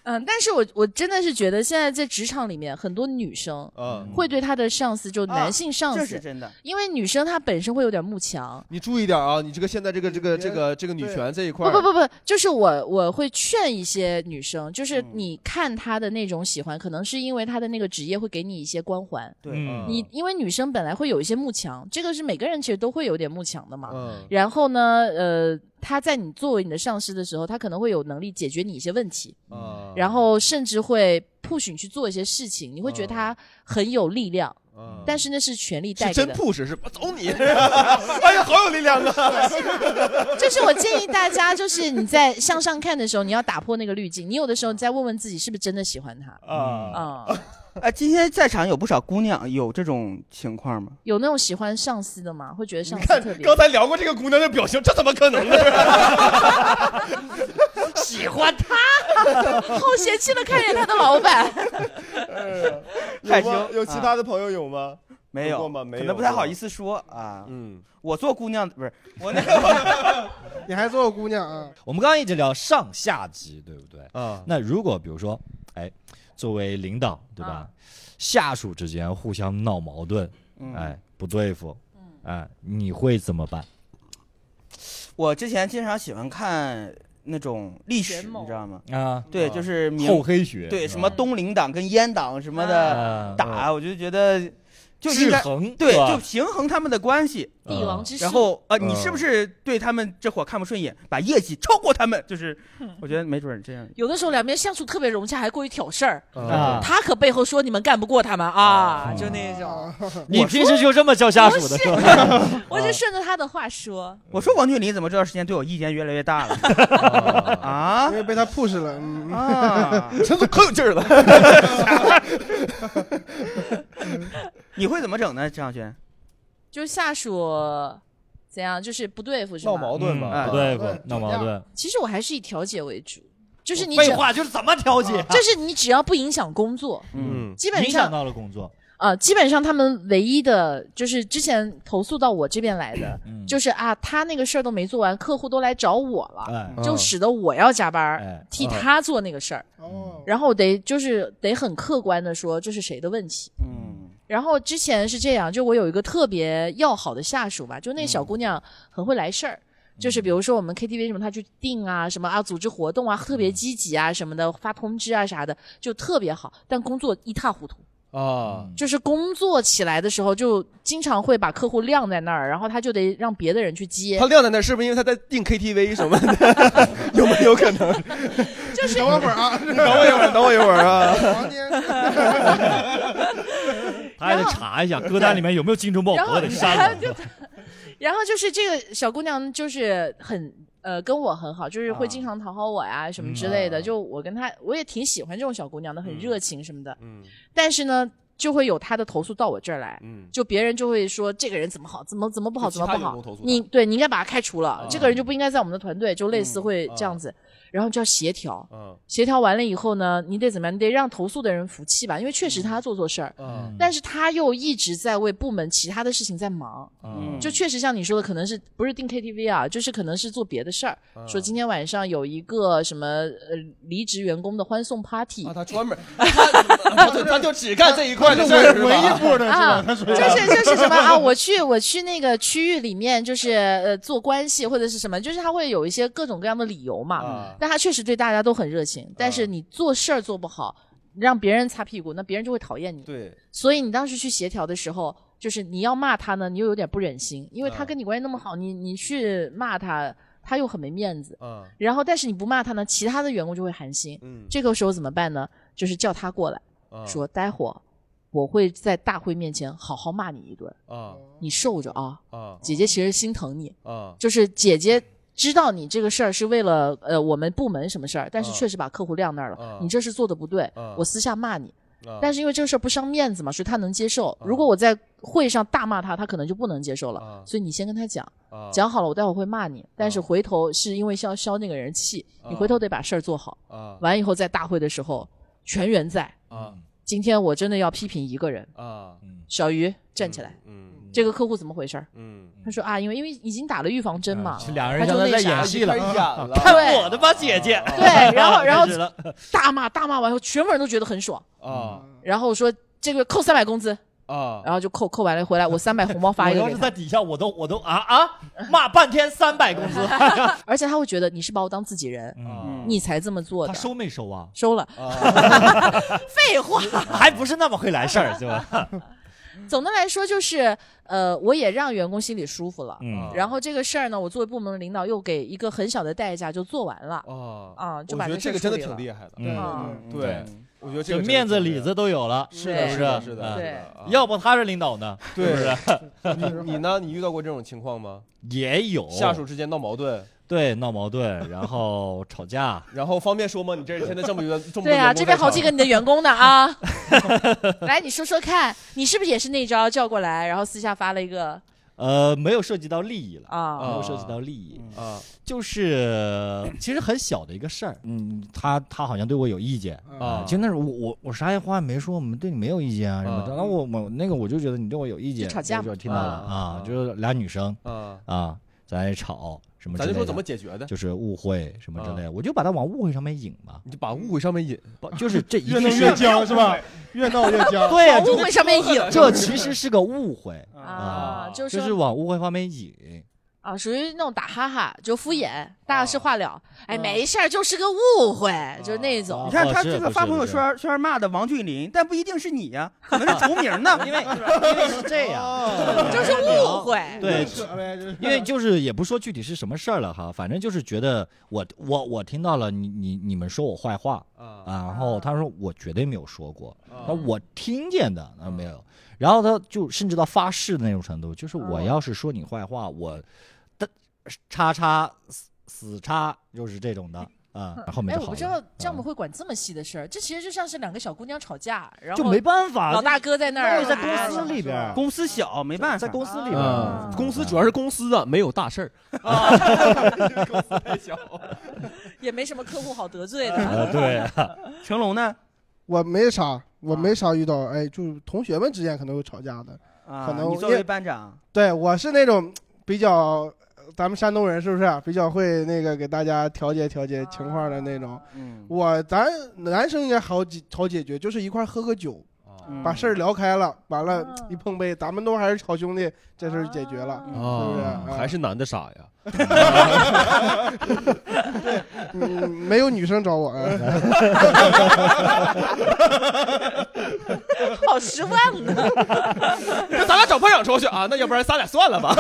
Speaker 3: 嗯，但是我我真的是觉得现在在职场里面，很多女生
Speaker 1: 嗯，
Speaker 3: 会对她的上司，就男性上
Speaker 2: 这
Speaker 3: 司，
Speaker 2: 是真的，
Speaker 3: 因为女生她本身会有点慕强。
Speaker 1: 你注意点啊，你这个现在这个这个这个这个女权这一块
Speaker 3: 不
Speaker 1: 儿，
Speaker 3: 不不不，就是我我会劝一些女生，就是你看她的那种喜欢，可能是因为她的那个职业会给你一些光环。
Speaker 2: 对，
Speaker 4: 嗯
Speaker 3: 你因为女生本来会有一些慕强，这个是每个人其实都会有点慕强的嘛。
Speaker 1: 嗯
Speaker 3: 然后呢，呃，他在你作为你的上司的时候，他可能会有能力解决你一些问题，
Speaker 1: 啊，
Speaker 3: 然后甚至会 push 你去做一些事情，你会觉得他很有力量，
Speaker 1: 嗯
Speaker 3: 但是那是权力带
Speaker 1: 是
Speaker 3: 给
Speaker 1: 哎真
Speaker 3: 的。
Speaker 1: push 是吧？走你！哎呀，好有力量啊！
Speaker 3: 就是我建议大家，就是你在向上看的时候，你要打破那个滤镜，你有的时候你再问问自己是不是真的喜欢他
Speaker 1: 啊，
Speaker 3: 啊、
Speaker 2: 啊，今天在场有不少姑娘有这种情况吗？
Speaker 3: 有那种喜欢上司的吗？会觉得上
Speaker 1: 你
Speaker 3: 司
Speaker 1: 看
Speaker 3: 特别
Speaker 1: 刚才聊过这个姑娘的表情，这怎么可能呢？
Speaker 4: 喜欢他，
Speaker 3: 好嫌弃的看见他的老板。
Speaker 4: *laughs*
Speaker 2: 害羞
Speaker 3: 嗯
Speaker 1: 有其他的朋友有吗？
Speaker 2: 没有
Speaker 1: 有过，吗没
Speaker 2: 可
Speaker 1: 有
Speaker 2: 能不太
Speaker 1: 过
Speaker 2: 好意思说啊。
Speaker 1: 嗯，
Speaker 2: 我做姑娘不是我那个
Speaker 5: 你还做过姑娘啊？
Speaker 4: *laughs* 我们刚刚一直聊上下级，对不对？
Speaker 1: 啊，
Speaker 4: 那如果比如说，哎，作为领导，对吧？
Speaker 3: 啊
Speaker 4: 下属之间互相闹矛盾，
Speaker 2: 嗯
Speaker 4: 哎，不对付，哎，你会怎么办？
Speaker 2: 我之前经常喜欢看那种历史，
Speaker 3: 玄谋
Speaker 2: 你知道吗？
Speaker 4: 啊，
Speaker 2: 对，就是明
Speaker 4: 厚黑学，
Speaker 2: 对
Speaker 4: 是
Speaker 2: 什
Speaker 4: 吧
Speaker 2: 么东陵党跟阉党什么的
Speaker 4: 啊
Speaker 2: 打，我就觉得就应该
Speaker 4: 制衡
Speaker 2: 对，
Speaker 4: 是吧啊
Speaker 2: 就平衡他们的关系。
Speaker 4: 帝王之术
Speaker 2: 然后呃，
Speaker 4: 嗯
Speaker 2: 你是不是对他们这伙看不顺眼，把业绩超过他们？就是
Speaker 3: 嗯，
Speaker 2: 我觉得没准儿这样。
Speaker 3: 有的时候两边相处特别融洽，还过于挑事儿
Speaker 2: 啊
Speaker 3: 他可背后说你们干不过他们啊，就那种。
Speaker 4: 你平时就这么叫下属的是啊吧？
Speaker 3: *laughs* 我就顺着他的话说，
Speaker 2: 我说王俊霖怎么这段时间对我意见越来越大了啊？因为被他 push 了，嗯 *laughs* 啊，陈总可有劲儿了。你会怎么整呢？张小轩，
Speaker 3: 就是下属怎样，就是不对付是吗？
Speaker 4: 闹矛盾嘛嗯不对付闹矛盾。
Speaker 3: 其实我还是以调解为主，就是你
Speaker 4: 哦废
Speaker 3: 只
Speaker 4: 话就是怎么调解啊
Speaker 3: 就是你只要不影响工作，
Speaker 4: 嗯
Speaker 3: 基本上
Speaker 4: 影响到了工作。
Speaker 3: 呃，基本上他们唯一的就是之前投诉到我这边来
Speaker 4: 嗯
Speaker 3: 的，就是啊，他那个事儿都没做完，客户都来找我了，
Speaker 4: 哎
Speaker 3: 就
Speaker 4: 嗯
Speaker 3: 使得我要加班儿、替
Speaker 4: 嗯
Speaker 3: 他做那个事儿，
Speaker 5: 哦
Speaker 3: 然后得就是得很客观的说这是谁的问题。
Speaker 2: 嗯，
Speaker 3: 然后之前是这样，就我有一个特别要好的下属吧，就那小姑娘很会来事儿。就是比如说我们 KTV 什么，她去订啊，什么啊，组织活动啊，特别积极啊，什么的，发通知啊啥的，就特别好。但工作一塌糊涂，
Speaker 1: 啊，
Speaker 3: 就是工作起来的时候，就经常会把客户晾在那儿，然后他就得让别的人去接
Speaker 1: 他。晾在那儿是不是因为他在订 KTV 什么的？ *laughs* 有没有可能？
Speaker 3: 就是
Speaker 5: 等我会儿啊，
Speaker 1: 等我一会儿，等我一会儿啊！
Speaker 4: 他还得查一下歌单里面有没有精忠报
Speaker 3: 然
Speaker 4: 国
Speaker 3: 后
Speaker 4: 的，
Speaker 3: 然
Speaker 4: 删
Speaker 3: 后就
Speaker 1: *laughs*
Speaker 4: 了。
Speaker 3: 然后就是这个小姑娘就是很呃跟我很好，就是
Speaker 1: 啊
Speaker 3: 会经常讨好我呀、什么之类的。就我跟她，我也挺喜欢这种小姑娘的，很热情什么的。
Speaker 1: 嗯嗯，
Speaker 3: 但是呢。就会有她的投诉到我这儿来，
Speaker 1: 嗯
Speaker 3: 就别人就会说这个人怎么好，怎么怎么不好，
Speaker 1: 就其
Speaker 3: 怎
Speaker 1: 他
Speaker 3: 么不
Speaker 1: 员
Speaker 3: 好
Speaker 1: 工投诉，她啊
Speaker 3: 你对你应该把他开除了，这个人就不应该在我们的团队，就类似
Speaker 1: 嗯
Speaker 3: 会
Speaker 1: 啊
Speaker 3: 这样子，然后就要协调，
Speaker 1: 嗯
Speaker 3: 协调完了以后呢，你得怎么样？你得让投诉的人服气吧，因为确实他做错事儿，
Speaker 1: 嗯
Speaker 3: 但是他又一直在为部门其他的事情在忙，
Speaker 1: 嗯
Speaker 3: 就确实像你说的，可能是不是订 KTV 啊，就是可能是做别的事儿，
Speaker 1: 嗯
Speaker 3: 说今天晚上有一个什么呃离职员工的欢送 party，、
Speaker 1: 他啊专门，他他就只干这一块的事儿，
Speaker 5: 文艺部的是吧？
Speaker 3: 啊，
Speaker 5: 他
Speaker 3: 就是
Speaker 5: 属于
Speaker 3: 就是什么啊？我去我去那个区域里面，就是呃做关系或者是什么，就是他会有一些各种各样的理由嘛。
Speaker 1: 啊
Speaker 3: 但他确实对大家都很热情，但是你做事儿做不好，让别人擦屁股，那别人就会讨厌你。
Speaker 1: 对，
Speaker 3: 所以你当时去协调的时候，就是你要骂他呢，你又有点不忍心，因为他跟你关系那么好，你你去骂他，他又很没面子。
Speaker 1: 嗯
Speaker 3: 然后，但是你不骂他呢，其他的员工就会寒心。
Speaker 1: 嗯
Speaker 3: 这个时候怎么办呢？就是叫他过来，
Speaker 1: 啊
Speaker 3: 说待会儿我会在大会面前好好骂你一顿，
Speaker 1: 啊
Speaker 3: 你受着啊。
Speaker 1: 啊
Speaker 3: 姐姐其实心疼你，
Speaker 1: 啊
Speaker 3: 就是姐姐知道你这个事儿是为了呃我们部门什么事儿，但是
Speaker 1: 啊
Speaker 3: 确实把客户晾那儿了，
Speaker 1: 啊
Speaker 3: 你这事做的不对，
Speaker 1: 啊
Speaker 3: 我私下骂你。
Speaker 1: 啊
Speaker 3: 但是因为这个事儿不伤面子嘛，所以他能接受。如果我在会上大骂他，他可能就不能接受了。
Speaker 1: 啊
Speaker 3: 所以你先跟他讲，
Speaker 1: 啊
Speaker 3: 讲好了，我待会儿会骂你，但是回头是因为要消那个人气，你
Speaker 1: 啊
Speaker 3: 回头得把事儿做好。
Speaker 1: 啊
Speaker 3: 完以后在大会的时候，全员在。
Speaker 1: 啊
Speaker 3: 今天我真的要批评一个人，
Speaker 1: 啊，
Speaker 3: 小鱼站起来，
Speaker 1: 嗯，
Speaker 3: 这个客户怎么回事儿？
Speaker 1: 嗯，
Speaker 3: 他说啊，因为因为已经打了预防针
Speaker 1: 啊
Speaker 3: 嘛，
Speaker 4: 俩
Speaker 3: 他
Speaker 4: 嗯
Speaker 3: 就
Speaker 4: 人像他
Speaker 3: 那
Speaker 4: 在
Speaker 3: 啥
Speaker 4: 演戏了， *laughs* 看
Speaker 3: 对
Speaker 4: 我的吧，姐姐。
Speaker 3: 对，然后
Speaker 4: *laughs*
Speaker 3: 然后
Speaker 4: 开始了
Speaker 3: 大骂大骂完以后，全部人都觉得很爽，
Speaker 1: 啊
Speaker 3: 然后说这个扣三百工资，
Speaker 1: 啊，
Speaker 3: 然后就扣扣完了回来，我三百红包发
Speaker 4: 我
Speaker 3: 一个
Speaker 4: 要
Speaker 3: 给
Speaker 4: 是
Speaker 3: 他
Speaker 4: 在，底下，我都我都啊啊骂半天三百工资，
Speaker 3: 而且他会觉得你是把我当自己人，
Speaker 4: 嗯
Speaker 1: 嗯
Speaker 3: 你才这么做
Speaker 4: 啊他
Speaker 3: 的，
Speaker 4: 收没收啊？
Speaker 3: 收了，
Speaker 1: 嗯
Speaker 3: 废话。
Speaker 1: 啊
Speaker 4: 还不是那么会来事儿，对吧？
Speaker 3: 总的来说就是，呃，我也让员工心里舒服了。
Speaker 4: 嗯
Speaker 3: 然后这个事儿呢，我作为部门的领导，又给一个很小的代价就做完了。
Speaker 1: 啊
Speaker 3: 啊，就
Speaker 1: 我
Speaker 3: 把
Speaker 1: 觉得
Speaker 3: 事
Speaker 1: 这
Speaker 3: 儿
Speaker 1: 个真的
Speaker 3: 处理
Speaker 1: 挺
Speaker 3: 了
Speaker 1: 厉害的，
Speaker 5: 啊
Speaker 3: 嗯
Speaker 1: 对对，我觉得这
Speaker 4: 这
Speaker 1: 个
Speaker 4: 啊面子里子都有了，
Speaker 1: 是的
Speaker 4: 不
Speaker 1: 是
Speaker 4: 是
Speaker 1: 的是的
Speaker 4: 嗯
Speaker 1: 是
Speaker 3: 对
Speaker 1: 的啊
Speaker 4: 要不他是领导呢，是不是？
Speaker 1: 对，嗯你你呢？你遇到过这种情况吗？
Speaker 4: 也有
Speaker 1: 下属之间闹矛盾，
Speaker 4: 对闹矛盾，然后
Speaker 1: *laughs*
Speaker 4: 吵架，
Speaker 1: 然后方便说吗？你这现在这么
Speaker 3: *laughs*
Speaker 1: 多这么多
Speaker 3: 对
Speaker 1: 员
Speaker 3: 啊，
Speaker 1: 工
Speaker 3: 这边
Speaker 1: 在
Speaker 3: 好几
Speaker 1: 场
Speaker 3: 个你的员工
Speaker 1: *laughs*
Speaker 3: 呢啊，来你说说看，你是不是也是那招叫过来，然后私下发了一个
Speaker 4: 呃，没有涉及到利益了
Speaker 3: 啊
Speaker 1: 哦
Speaker 4: 没有涉及到利益
Speaker 1: 啊，
Speaker 4: 就是其实很小的一个事儿，嗯，他他好像对我有意见呃
Speaker 1: 啊
Speaker 7: 就那时候我我我啥也话也没说，我们对你没有意见啊什么
Speaker 1: 啊
Speaker 7: 的。那我我那个我就觉得你对我有意见，
Speaker 1: 就吵架
Speaker 7: 我就
Speaker 1: 嘛
Speaker 7: 听到了
Speaker 1: 啊
Speaker 7: 啊，就是俩女生
Speaker 1: 啊
Speaker 7: 啊在那吵什么之
Speaker 1: 咱
Speaker 7: 类
Speaker 1: 就
Speaker 7: 的，
Speaker 1: 说怎么解决的，
Speaker 7: 就是误会什么之类
Speaker 1: 啊
Speaker 3: 嗯
Speaker 7: 的，我就把它往误会上面引嘛。
Speaker 1: 你就把误会上面引，
Speaker 7: 就是这一
Speaker 5: 越
Speaker 7: 定
Speaker 5: 弄
Speaker 7: 是
Speaker 5: 越僵是吧？越闹越
Speaker 4: *laughs*
Speaker 5: 僵。
Speaker 7: 对啊，
Speaker 3: 往误会上面引啊
Speaker 7: 这其实是个误会
Speaker 1: 哦
Speaker 3: 啊？就是
Speaker 7: 就是
Speaker 3: 说
Speaker 7: 往误会方面引。
Speaker 3: 啊，属于那种打哈哈，就敷衍，大事化了。哎，没事儿，就是个误会，就那种。
Speaker 4: 啊
Speaker 2: 你看他这个发朋友圈圈骂的王俊霖，但不一定是你呀，可能是 *laughs* 重名呢。因为因为是
Speaker 4: 这样，
Speaker 3: 哦
Speaker 4: 哦
Speaker 3: 就是误会。
Speaker 4: 对
Speaker 5: 扯呗，这是哎
Speaker 4: 因为就是也不说具体是什么事儿了哈，反正就是觉得我我我听到了你你你们说我坏话啊，然后他说我绝对没有说过，
Speaker 1: 啊
Speaker 3: 啊
Speaker 4: 那我听见的那没
Speaker 3: 嗯
Speaker 4: 有，然后他就甚至到发誓的那种程度，就是我要是说你坏话，我的叉叉死死叉就是这种的啊，然后面
Speaker 3: 哎，
Speaker 4: 就
Speaker 3: 我
Speaker 4: 好
Speaker 3: 不知
Speaker 4: 了。
Speaker 3: 道丈母会管这么细的事儿，这其实就像是两个小姑娘吵架，然后
Speaker 7: 就没办法，
Speaker 3: 老大哥在那儿啊
Speaker 7: 那在公司里边儿，
Speaker 2: 公司小没办法，嗯
Speaker 7: 在公司里边儿
Speaker 1: 啊，，公司主要是公司啊，没有大事儿。
Speaker 3: 也没什么客户好得罪
Speaker 4: 啊
Speaker 3: 的。
Speaker 4: 对啊，
Speaker 2: 成龙呢，
Speaker 5: 我没啥，我没啥遇
Speaker 1: 啊
Speaker 5: 到，哎，就是同学们之间可能会吵架的。
Speaker 2: 啊
Speaker 5: 可能
Speaker 2: 你作为班长，
Speaker 5: 对我是那种比较，咱们山东人是不是比较会那个给大家调节调节情况的那种？
Speaker 2: 嗯，
Speaker 5: 我咱男生应该好解好解决，就是一块儿喝个酒，
Speaker 1: 啊
Speaker 2: 嗯
Speaker 5: 把事儿聊开了，完了
Speaker 3: 啊
Speaker 5: 一碰杯，咱们都还是好兄弟，这事儿解决了。
Speaker 2: 嗯
Speaker 5: 是
Speaker 1: 哦
Speaker 5: 不是嗯啊
Speaker 1: 还是男的傻呀？
Speaker 5: 嗯，没有女生
Speaker 2: *laughs*
Speaker 5: 找我啊，
Speaker 3: 好失望啊呢。
Speaker 1: 那咱俩找班长出去啊？那要不然咱俩算了
Speaker 3: *laughs*
Speaker 1: 吧？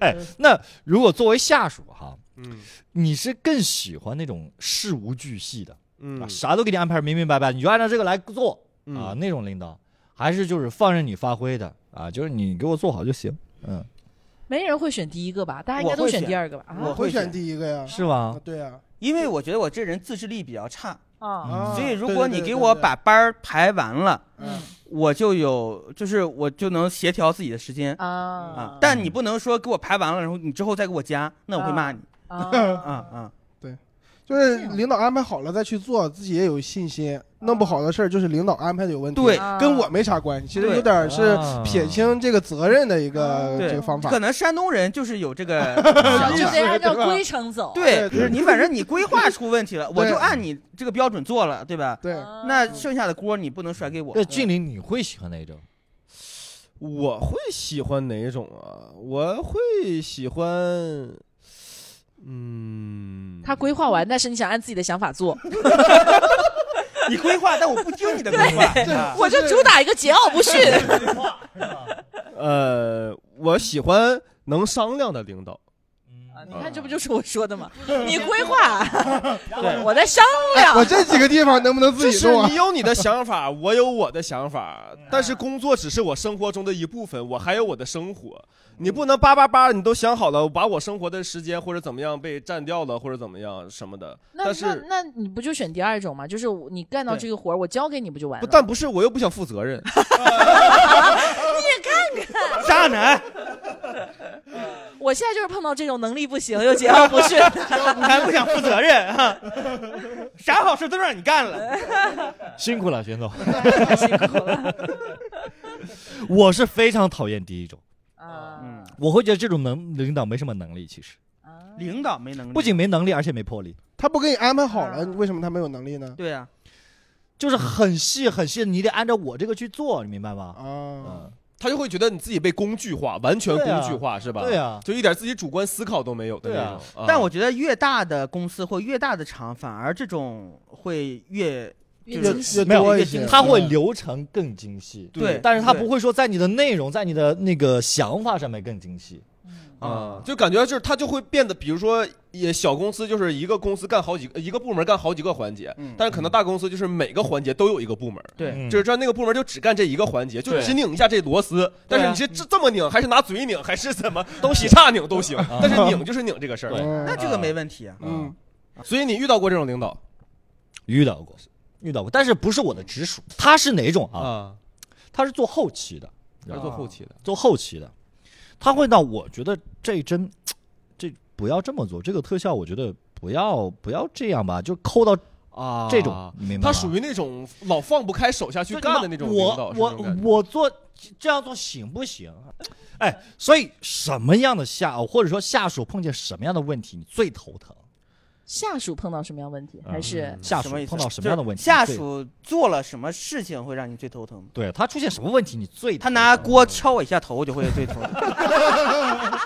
Speaker 4: 哎，那如果作为下属哈，
Speaker 1: 嗯
Speaker 4: 你是更喜欢那种事无巨细的，啊
Speaker 1: 嗯
Speaker 4: 啥都给你安排明明白白，你就按照这个来做啊
Speaker 1: 嗯
Speaker 4: 那种领导，还是就是放任你发挥的啊，就是你给我做好就行，嗯，
Speaker 3: *laughs* 没人会选第一个吧？大家应
Speaker 2: 我
Speaker 3: 该都
Speaker 2: 会
Speaker 3: 选
Speaker 2: 选
Speaker 3: 第二个吧？啊
Speaker 2: 我
Speaker 5: 我
Speaker 2: 会
Speaker 5: 会
Speaker 2: 选
Speaker 5: 选第一个呀。
Speaker 4: 是吧
Speaker 5: 啊？对呀，
Speaker 2: 因为我觉得我这人自制力比较差，
Speaker 3: 啊，
Speaker 5: 啊
Speaker 2: 所以如
Speaker 5: 对
Speaker 2: 果
Speaker 5: 对
Speaker 2: 你
Speaker 5: 对
Speaker 2: 给
Speaker 5: 对
Speaker 2: 我
Speaker 5: 对
Speaker 2: 把班儿排完了，
Speaker 5: 嗯
Speaker 2: 我就有就是我就能协调自己的时间啊
Speaker 3: 啊，
Speaker 2: 但你
Speaker 5: 嗯
Speaker 2: 不能说给我排完了，然后你之后再给我加，那我会骂你啊
Speaker 3: 啊，
Speaker 2: 啊！
Speaker 5: 就是领导安排好了再去做，自己也有信心。弄不好的事儿就是领导安排的有问题，
Speaker 2: 对
Speaker 5: 跟我没啥关系。其实
Speaker 2: 对
Speaker 5: 有点是
Speaker 4: 啊
Speaker 5: 撇清这个责任的一个
Speaker 2: 对
Speaker 5: 这个方法
Speaker 2: 可。能山东人就是有这个
Speaker 3: 啊
Speaker 5: *laughs*
Speaker 2: 想
Speaker 3: 就
Speaker 2: 法。
Speaker 3: 得按照
Speaker 5: 对吧
Speaker 3: 规程走。
Speaker 2: 对，
Speaker 5: 对
Speaker 2: 就是你反正你规划出问题了，我
Speaker 5: 对
Speaker 2: 就按你这个标准做了，对吧？
Speaker 5: 对，
Speaker 3: 啊
Speaker 2: 那剩下的锅你不能甩给我
Speaker 4: 那。俊林你会喜欢哪种？
Speaker 1: 我会喜欢哪种啊？我会喜欢，嗯，
Speaker 3: 他规划完，但是你想按自己的想法做，
Speaker 2: 你规划，但我不听你的规划。啊
Speaker 3: 我就主打一个桀骜不驯。
Speaker 1: 呃，我喜欢能商量的领导。
Speaker 3: *laughs* 你看，这不就是我说的吗？你规划， *laughs* 哎我在商
Speaker 5: 我
Speaker 3: 量。
Speaker 5: 这几个地方能不能自
Speaker 1: 就
Speaker 5: 己
Speaker 1: 是
Speaker 5: 弄啊
Speaker 1: 你？有你的想法，我有我的想
Speaker 3: *laughs*
Speaker 1: 法，但是工作只是我生活中的一部分，我还有我的生活。你不能叭叭叭，你都想好了，把我生活的时间或者怎么样被占掉了，或者怎么样什么的。
Speaker 3: 那
Speaker 1: 但
Speaker 3: 那
Speaker 1: 是
Speaker 3: 那你不就选第二种吗？就是你干到
Speaker 1: 对
Speaker 3: 这个活儿，我交给你不就完
Speaker 1: 不，
Speaker 3: 了？
Speaker 1: 但不是，我又不想负责任。
Speaker 2: 渣男，
Speaker 3: 我现在就是碰到这种能力不行又桀骜不驯。
Speaker 1: *laughs*
Speaker 2: 你还不想负责任
Speaker 5: *laughs*
Speaker 2: 啊？啥好事都让你干了。
Speaker 4: 辛苦了，玄 *laughs* 总，辛苦了。 *laughs* 我是非常讨厌第一种，
Speaker 3: 啊
Speaker 2: 嗯，
Speaker 4: 我会觉得这种能领导没什么能力，其实
Speaker 3: 啊
Speaker 1: 嗯
Speaker 2: 领导没能力，
Speaker 4: 不仅没能力，而且没魄力，
Speaker 5: 他不给你安排好了，为什么他没有能力呢？
Speaker 2: 对啊，
Speaker 4: 就是很细很细，你得按照我这个去做，你明白吗？
Speaker 5: 啊，
Speaker 4: 嗯，
Speaker 1: 他就会觉得你自己被工具化，完全
Speaker 4: 对啊
Speaker 1: 工具化，是吧？
Speaker 4: 对啊
Speaker 1: 就一点自己主观思考都没有的
Speaker 4: 对啊
Speaker 1: 那种。啊
Speaker 2: 但我觉得越大的公司或越大的厂，反而这种会越
Speaker 3: 越
Speaker 5: 越
Speaker 3: 精细
Speaker 5: 越
Speaker 4: 没有
Speaker 5: 多
Speaker 2: 越
Speaker 5: 一
Speaker 2: 精
Speaker 5: 些，
Speaker 4: 他会
Speaker 5: 嗯
Speaker 4: 流程更精细，
Speaker 2: 对
Speaker 1: 啊
Speaker 4: 但是他不
Speaker 2: 对
Speaker 4: 会说在你的内容、在你的那个想法上面更精细。
Speaker 2: 啊，
Speaker 1: 就感觉就是他就会变得，比如说也小公司就是一个公司干好几个一个部门干好几个环节，
Speaker 2: 嗯
Speaker 1: 但是可能大公司就是每个环节都有一个部门。
Speaker 4: 嗯
Speaker 2: 对，
Speaker 1: 就是说那个部门就只干这一个环节，就
Speaker 4: 对啊
Speaker 1: 只拧一下这螺丝。但是你是这这么拧，还是拿嘴拧，还是怎么东西叉拧都行，但是拧就是拧这个事儿。
Speaker 4: 啊对
Speaker 5: 哦
Speaker 2: 那这个没问题啊。
Speaker 5: 嗯，
Speaker 1: *laughs* 所以你遇到过这种领导
Speaker 4: 遇到过，遇到过，但是不是我的直属，他是哪种啊？
Speaker 1: 啊？
Speaker 4: 他是做后期的，
Speaker 1: 要做后期的，
Speaker 4: 做后期的，他会到我觉得这真，这不要这么做，这个特效我觉得不要不要这样吧，就抠到
Speaker 1: 啊
Speaker 4: 这种，你明白
Speaker 1: 他
Speaker 4: 吗？
Speaker 1: 属于那种老放不开手下去
Speaker 4: 就
Speaker 1: 干的那种领
Speaker 4: 我
Speaker 1: 导。是这种
Speaker 4: 我
Speaker 1: 感觉
Speaker 4: 我做这样做行不行？哎，所以什么样的下或者说下属碰见什么样的问题，你最头疼？
Speaker 3: 下属碰到什么样问题，
Speaker 4: 嗯
Speaker 3: 还是
Speaker 4: 下
Speaker 2: 什
Speaker 4: 属
Speaker 2: 么意思
Speaker 4: 碰到什么样的问
Speaker 2: 就
Speaker 4: 题
Speaker 2: 是下
Speaker 4: 最
Speaker 2: 属做了什么事情会让你最头疼？
Speaker 4: 对他出现什么问题，你最
Speaker 2: 他拿锅敲我一下头，我就会最头 *laughs* 疼。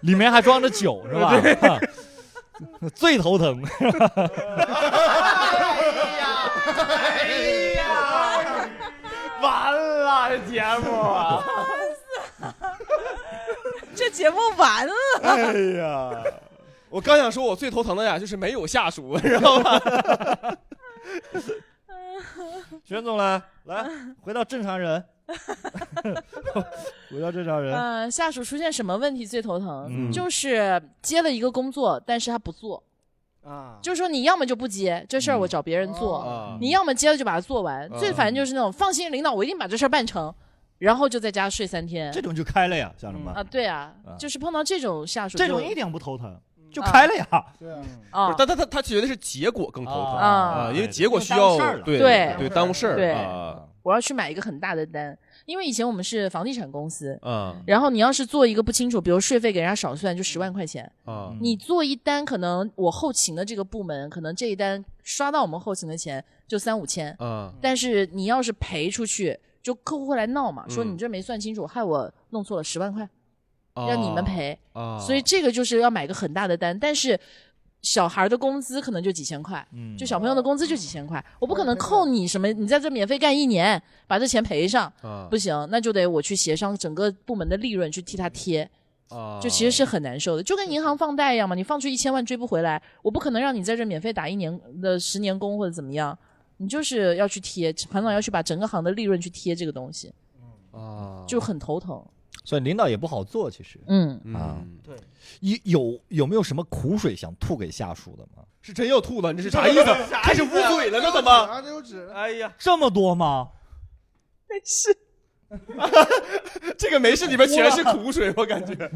Speaker 4: 里面还装着酒是 *laughs* 吧？ *laughs* 最头疼。
Speaker 1: *laughs* 哎
Speaker 4: 哎
Speaker 1: 嗯
Speaker 4: 完了，这节目啊！
Speaker 3: *laughs* 这节目完了。
Speaker 1: 哎
Speaker 4: 啊
Speaker 1: 呀，我刚想说，我最头疼的呀，就是没有下属，知道吗？
Speaker 4: 玄总来，来，回到正常人， *laughs* 回到正常人。
Speaker 3: 嗯、下属出现什么问题最头疼？
Speaker 4: 嗯
Speaker 3: 就是接了一个工作，但是他不做。
Speaker 2: 啊，
Speaker 3: 就是说你要么就不接这事
Speaker 1: 嗯
Speaker 3: 儿，我找别人
Speaker 1: 哦
Speaker 3: 做；
Speaker 4: 啊
Speaker 3: 你要么接了就把它做完。
Speaker 4: 嗯
Speaker 3: 最烦就是那种放心，领导我一定把这事儿办成，然后就在家睡三天。
Speaker 4: 这种就开了呀，像什么？
Speaker 3: 啊，对啊，
Speaker 4: 啊
Speaker 3: 就是碰到这种下属就，
Speaker 4: 这种一点不头疼，就开了呀。
Speaker 3: 嗯啊，
Speaker 1: 但他他他觉得是结果更头疼
Speaker 3: 啊
Speaker 1: 啊，因为结果需
Speaker 4: 耽误
Speaker 1: 要
Speaker 4: 事儿了
Speaker 1: 对
Speaker 3: 对
Speaker 1: 对耽误事
Speaker 3: 对
Speaker 1: 儿啊
Speaker 3: 我要去买一个很大的单，因为以前我们是房地产公司，
Speaker 4: 嗯
Speaker 1: 啊
Speaker 3: 然后你要是做一个不清楚，比如税费给人家少算就十万块钱，
Speaker 1: 啊
Speaker 3: 嗯你做一单，可能我后勤的这个部门，可能这一单刷到我们后勤的钱就三五千，
Speaker 4: 嗯
Speaker 1: 啊！
Speaker 3: 但是你要是赔出去，就客户会来闹嘛，说
Speaker 1: 嗯
Speaker 3: 你这没算清楚，害我弄错了十万块，
Speaker 4: 哦
Speaker 1: 啊
Speaker 3: 让你们赔，
Speaker 1: 啊，
Speaker 3: 所以这个就是要买个很大的单，但是。小孩的工资可能就几千块，
Speaker 4: 嗯
Speaker 3: 就小朋友的工资就几千块，我不可能扣你什么，你在这免费干一年，把这钱赔上，
Speaker 4: 嗯
Speaker 1: 啊
Speaker 3: 不行，那就得我去协商整个部门的利润去替他贴，
Speaker 1: 啊，
Speaker 3: 就其实是很难受的，就跟银行放贷一样嘛，你放出一千万追不回来，我不可能让你在这免费打一年的十年工或者怎么样，你就是要去贴，韩总要去把整个行的利润去贴这个东西，
Speaker 1: 啊，
Speaker 3: 就很头疼。
Speaker 4: 所以领导也不好做，其实。
Speaker 3: 嗯，
Speaker 4: 啊
Speaker 1: 嗯，
Speaker 2: 对，
Speaker 4: 有有有没有什么苦水想吐给下属的吗？
Speaker 1: 是真要吐了，你这是啥意思？开始捂嘴了呢？怎么？
Speaker 5: 啊，这有纸，
Speaker 2: 哎呀，
Speaker 4: 啊这么多吗？
Speaker 1: *laughs* 这个没事，里边全是苦水，我感觉。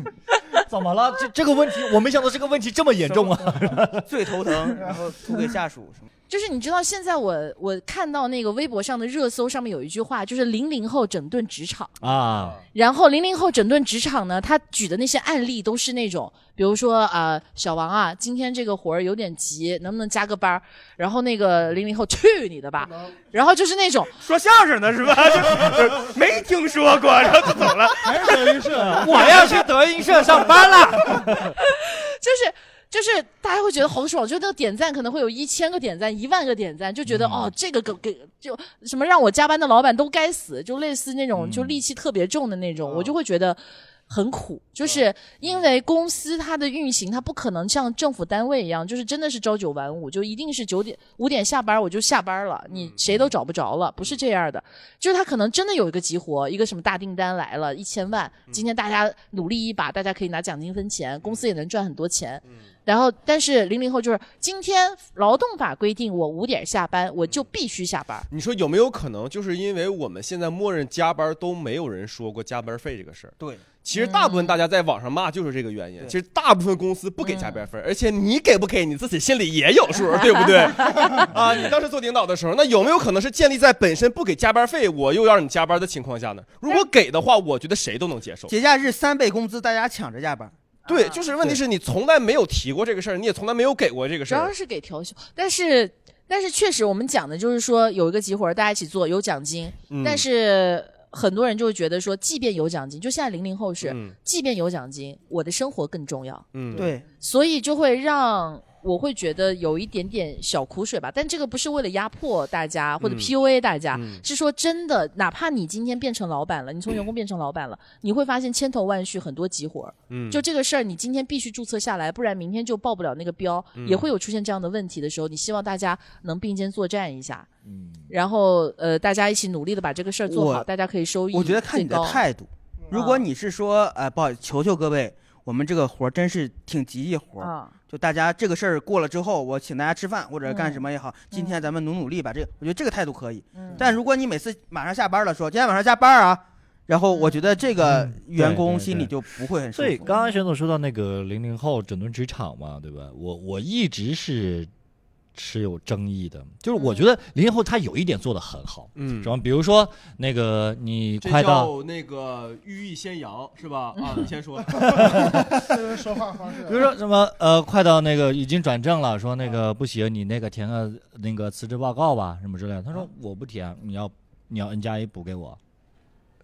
Speaker 4: 怎么了？这这个问题，我没想到这个问题这么严重啊！
Speaker 2: 最头疼，然后吐给下属什么？
Speaker 3: 就是你知道现在我我看到那个微博上的热搜上面有一句话，就是零零后整顿职场。
Speaker 4: 啊，
Speaker 3: 然后零零后整顿职场呢，他举的那些案例都是那种，比如说啊、呃小王啊，今天这个活儿有点急，能不能加个班儿？然后那个零零后去你的吧，然后就是那种
Speaker 2: *laughs* 说相声的是吧？ *laughs* 没听说 *laughs* 过，然后就走了。
Speaker 4: 还是德云社，我要去德云社上班了。
Speaker 3: 就是就是大家会觉得好爽，就那个点赞可能会有一千个点赞、一万个点赞，就觉得、哦，这个给给就什么让我加班的老板都该死，就类似那种就戾气特别重的那种，我就会觉得。很苦，就是因为公司它的运行，它不可能像政府单位一样，就是真的是朝九晚五，就一定是九点五点下班我就下班了，你谁都找不着了，不是这样的。就是他可能真的有一个激活，一个什么大订单来了，一千万，
Speaker 1: 嗯
Speaker 3: 今天大家努力一把，大家可以拿奖金分钱，公司也能赚很多钱。然后，但是零零后就是今天劳动法规定我五点下班，我
Speaker 1: 嗯
Speaker 3: 就必须下班。
Speaker 1: *laughs* 你说有没有可能，就是因为我们现在默认加班都没有人说过加班费这个事儿？
Speaker 2: 对，
Speaker 1: 其实大部
Speaker 3: 嗯
Speaker 1: 分大家在网上骂就是这个原因。
Speaker 2: 对
Speaker 1: 其实大部分公司不给加
Speaker 3: 嗯
Speaker 1: 班费，而且你给不给你自己心里也有数，对不
Speaker 3: *laughs*
Speaker 1: 对？啊，你当时做领导的时候，那有没有可能是建立在本身不给加班费，我又让你加班的情况下呢？如果给的话，我觉得谁都能接受。
Speaker 2: 节假日三倍工资，大家抢着加班。
Speaker 1: 对，就是问题是你从来没有提过这个事儿，你也从来没有给过这个
Speaker 3: 主
Speaker 1: 事
Speaker 3: 要
Speaker 1: 儿。
Speaker 3: 是给调休，但是但是确实我们讲的就是说有一个集活，大家一起做，有奖金。
Speaker 1: 嗯
Speaker 3: 但是很多人就会觉得说，即便有奖金，就现在零零后是，
Speaker 1: 嗯
Speaker 3: 即便有奖金，我的生活更重要。
Speaker 1: 嗯，
Speaker 2: 对，
Speaker 3: 所以就会让我会觉得有一点点小苦水吧。但这个不是为了压迫大家或者
Speaker 1: 嗯
Speaker 3: PUA 大家，
Speaker 1: 嗯
Speaker 3: 是说真的，哪怕你今天变成老板了，你从员工变成老板了，你会发现千头万绪，很多急活儿。
Speaker 1: 嗯，
Speaker 3: 就这个事儿，你今天必须注册下来，不然明天就报不了那个标，
Speaker 2: 嗯
Speaker 3: 也会有出现这样的问题的时候。你希望大家能并肩作战一下，然后呃，大家一起努力的把这个事儿做
Speaker 2: 我
Speaker 3: 好，大家可以收益
Speaker 2: 我觉得看你的
Speaker 3: 最高嗯
Speaker 2: 态度。如果你是说，呃，不好意思，求求各位，我们这个活儿真是挺急一活儿，
Speaker 3: 啊，
Speaker 2: 就大家这个事儿过了之后，我请大家吃饭或者干
Speaker 3: 嗯
Speaker 2: 什么也好，今天咱们努努力把这个，我觉得这个态度可以。
Speaker 3: 嗯
Speaker 2: 但如果你每次马上下班了说今天晚上下班啊，然后我觉得这个
Speaker 3: 嗯
Speaker 2: 员工
Speaker 4: 对对
Speaker 2: 心里
Speaker 4: 对
Speaker 2: 就不会很舒
Speaker 4: *laughs* 所以
Speaker 2: 服。
Speaker 4: 刚刚玄总说到那个零零后整顿职场嘛，对吧？我我一直是持有争议的。就是我觉得零零后他有一点做的很好，
Speaker 1: 嗯
Speaker 4: 主要比如说那个你
Speaker 1: 这
Speaker 4: 快到
Speaker 1: 叫那个欲意先扬是吧？啊，你先说。
Speaker 5: 说话方式
Speaker 4: 比如说什么呃，快到那个已经转正了，说那个不行，你那个填个那个辞职报告吧，什么之类的。他说我不填，你要你要 N 加一补给我。
Speaker 1: *laughs*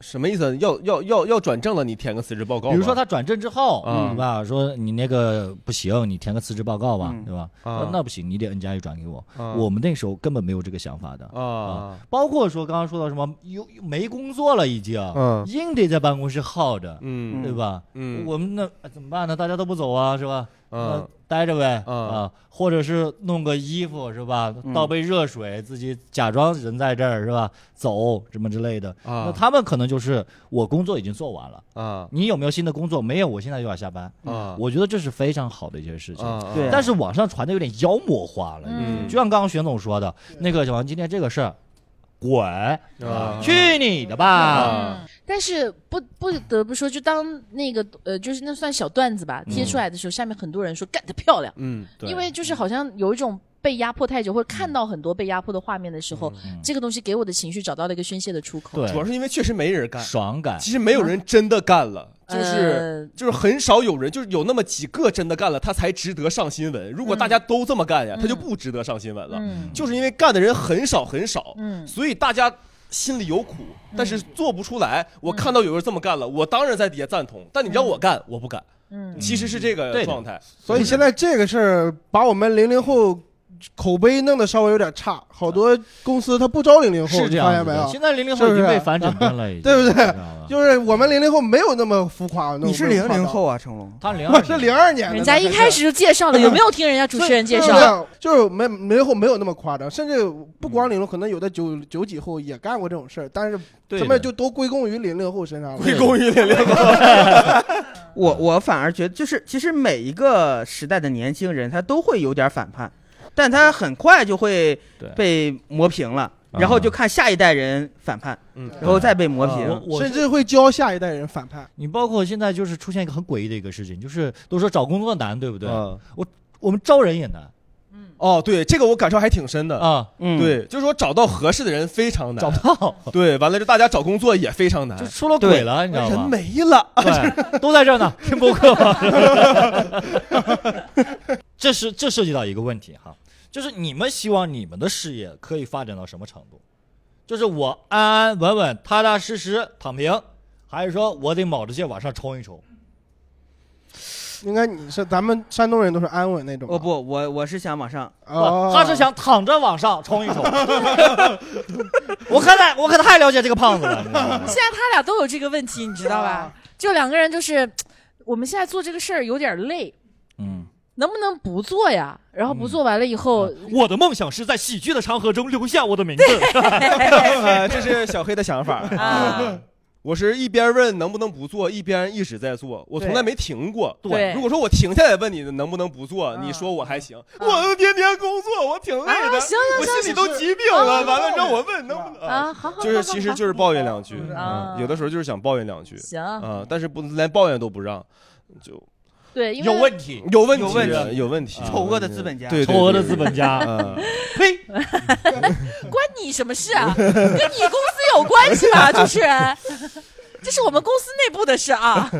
Speaker 1: 什么意思？要要要要转正了，你填个辞职报告吧。
Speaker 4: 比如说他转正之后，
Speaker 1: 嗯
Speaker 4: 对吧？说你那个不行，你填个辞职报告吧，
Speaker 2: 嗯
Speaker 4: 对吧？
Speaker 1: 啊
Speaker 4: 说那不行，你得 N 加一转给我。
Speaker 1: 啊
Speaker 4: 我们那时候根本没有这个想法的。
Speaker 1: 啊，
Speaker 4: 包括说刚刚说到什么有没工作了已经，
Speaker 1: 嗯
Speaker 4: 硬得在办公室耗着，
Speaker 1: 嗯
Speaker 4: 对吧？
Speaker 1: 嗯
Speaker 4: 我们那哎怎么办呢？大家都不走啊，是吧？
Speaker 1: 嗯
Speaker 4: 那待着呗，
Speaker 1: 嗯
Speaker 4: 啊，或者是弄个衣服是吧？倒杯热水，自己假装人在这儿是吧？走什么之类的。
Speaker 1: 啊
Speaker 4: 那他们可能就是我工作已经做完了，
Speaker 1: 啊
Speaker 4: 你有没有新的工作？没有，我现在就要下班。
Speaker 1: 啊
Speaker 4: 我觉得这是非常好的一些事情。
Speaker 1: 啊
Speaker 2: 对啊
Speaker 4: 但是网上传的有点妖魔化了，
Speaker 1: 嗯
Speaker 4: 就像刚刚玄总说的，那个小王今天这个事儿，滚，
Speaker 1: 啊
Speaker 4: 去你的吧！
Speaker 1: 啊
Speaker 3: 但是不不得不说，就当那个呃，就是那算小段子吧，贴出来的时候，下面很多人说干得漂亮，
Speaker 1: 嗯
Speaker 4: 对
Speaker 3: 因为就是好像有一种被压迫太久，或者看到很多被压迫的画面的时候，这个东西给我的情绪找到了一个宣泄的出口。
Speaker 4: 嗯对
Speaker 1: 嗯主要是因为确实没人干，
Speaker 4: 爽感，
Speaker 1: 其实没有人真的干了，就是
Speaker 3: 呃
Speaker 1: 就是很少有人，就是有那么几个真的干了，他才值得上新闻。如果大家都这么干呀，他就不值得上新闻了。
Speaker 3: 嗯
Speaker 1: 就是因为干的人很少很少，
Speaker 3: 嗯
Speaker 1: 所以大家心里有苦，但是做不出来。
Speaker 3: 嗯
Speaker 1: 我看到有人这么干了，我当然在底下赞同，但你让我干，我不敢。
Speaker 3: 嗯，
Speaker 1: 其实是这个
Speaker 4: 对的
Speaker 1: 状态。
Speaker 5: 所以现在这个事儿把我们零零后口碑弄得稍微有点差，好多公司他不招零零后，
Speaker 4: 是这
Speaker 5: 你发
Speaker 4: 样
Speaker 5: 现
Speaker 4: 子
Speaker 5: 没
Speaker 4: 的。
Speaker 5: 有
Speaker 4: 现？在零零后已
Speaker 5: 是
Speaker 4: 经
Speaker 5: 不是
Speaker 4: 被反整正
Speaker 5: *laughs*
Speaker 4: 了，已经
Speaker 5: 对不对
Speaker 4: 你知道吧
Speaker 5: 就是我们零零后没有那么浮夸。那么
Speaker 2: 你是
Speaker 5: 夸
Speaker 2: 零
Speaker 5: 张
Speaker 2: 零后，啊，成龙。
Speaker 4: 他零
Speaker 5: 我是零二年的。
Speaker 3: 人家一开始就介绍了，有没有听人家主持人介
Speaker 5: 就是这
Speaker 3: 绍？
Speaker 5: 样就是没零零后没有那么夸张，甚至不光零零，可能有的九九几后也干过这种事儿，但是
Speaker 4: 对
Speaker 5: 咱们
Speaker 4: 的
Speaker 5: 就都归功于零零后身上了。
Speaker 1: 归功于零零后，
Speaker 2: 我我反而觉得，就是其实每一个时代的年轻人，他都会有点反叛，但他很快就会
Speaker 4: 对
Speaker 2: 被磨平了，
Speaker 4: 啊
Speaker 2: 然后就看下一代人反叛，
Speaker 1: 嗯
Speaker 2: 然后再被磨平。
Speaker 4: 我我
Speaker 5: 嗯甚至会教下一代人反叛。
Speaker 4: 你包括现在就是出现一个很诡异的一个事情，就是都说找工作难，对不对？
Speaker 5: 啊
Speaker 1: 嗯
Speaker 4: 我们招人也难
Speaker 3: 嗯
Speaker 1: 哦，对，这个我感受还挺深
Speaker 5: 呃
Speaker 1: 的。
Speaker 4: 啊，
Speaker 2: 嗯，，
Speaker 1: 对，就是说找到合适的人非常
Speaker 4: 找
Speaker 1: 难
Speaker 4: 不，
Speaker 5: *laughs*
Speaker 4: 到，
Speaker 1: 对，完了就大家找工作也非常难 *laughs*
Speaker 4: 就，出了轨了，你知道
Speaker 1: 人
Speaker 5: 哎
Speaker 4: 吗？
Speaker 1: 没了。
Speaker 4: 对，都在这儿呢，听播客 *laughs* 吗？这是这涉及到一个问题哈，就是你们希望你们的事业可以发展到什么程度？就是我安安稳稳、踏踏实实躺平，还是说我得卯着劲往上冲一冲？
Speaker 5: 应该你是咱们山东人都是安稳那种吧。
Speaker 2: 我哦不，我我是想往上，
Speaker 4: 啊
Speaker 5: 哦，
Speaker 4: 不他是想躺着往上冲一冲。 *laughs* 我可太我可太了解这个胖子了你知道吗，
Speaker 3: 现在他俩都有这个问题，你知道吧？就两个人就是，我们现在做这个事儿有点累，
Speaker 4: 嗯。
Speaker 3: 能不能不做呀？然后不做完了以后，
Speaker 4: 我的梦想是在喜剧的长河中留下我的名字。
Speaker 1: 呃这是小黑的想法。
Speaker 3: *laughs* 啊，
Speaker 1: 我是一边问能不能不做，一边一直在做，我从来没停过。
Speaker 3: 对
Speaker 1: 如果说我停下来问你能不能不做，
Speaker 3: 嗯
Speaker 1: 你说我还行，我都天天工作，我挺累
Speaker 3: 啊
Speaker 1: 的，
Speaker 3: 行行
Speaker 1: 我
Speaker 3: 行
Speaker 1: 心里都疾病了。完了让我问能不能，
Speaker 3: 啊，好好，好
Speaker 1: 就是
Speaker 3: 好
Speaker 1: 其实
Speaker 3: 好
Speaker 1: 就是抱怨两句，
Speaker 3: 啊
Speaker 1: 嗯有的时候就是想抱怨两句
Speaker 3: 行，
Speaker 1: 啊，但是不连抱怨都不让，就
Speaker 3: 对，因为
Speaker 4: 有问题，
Speaker 1: 有问题
Speaker 2: 有问
Speaker 1: 啊，
Speaker 2: 题
Speaker 1: 有问题，
Speaker 2: 丑恶的资本家
Speaker 1: 对，对
Speaker 4: 丑恶的资本。
Speaker 1: 对
Speaker 4: 家，
Speaker 1: *laughs* 嗯，
Speaker 4: 呸！
Speaker 3: 关你什么事啊？跟你公司有关系吧？主持人， *laughs* 这是我们公司内部的事啊。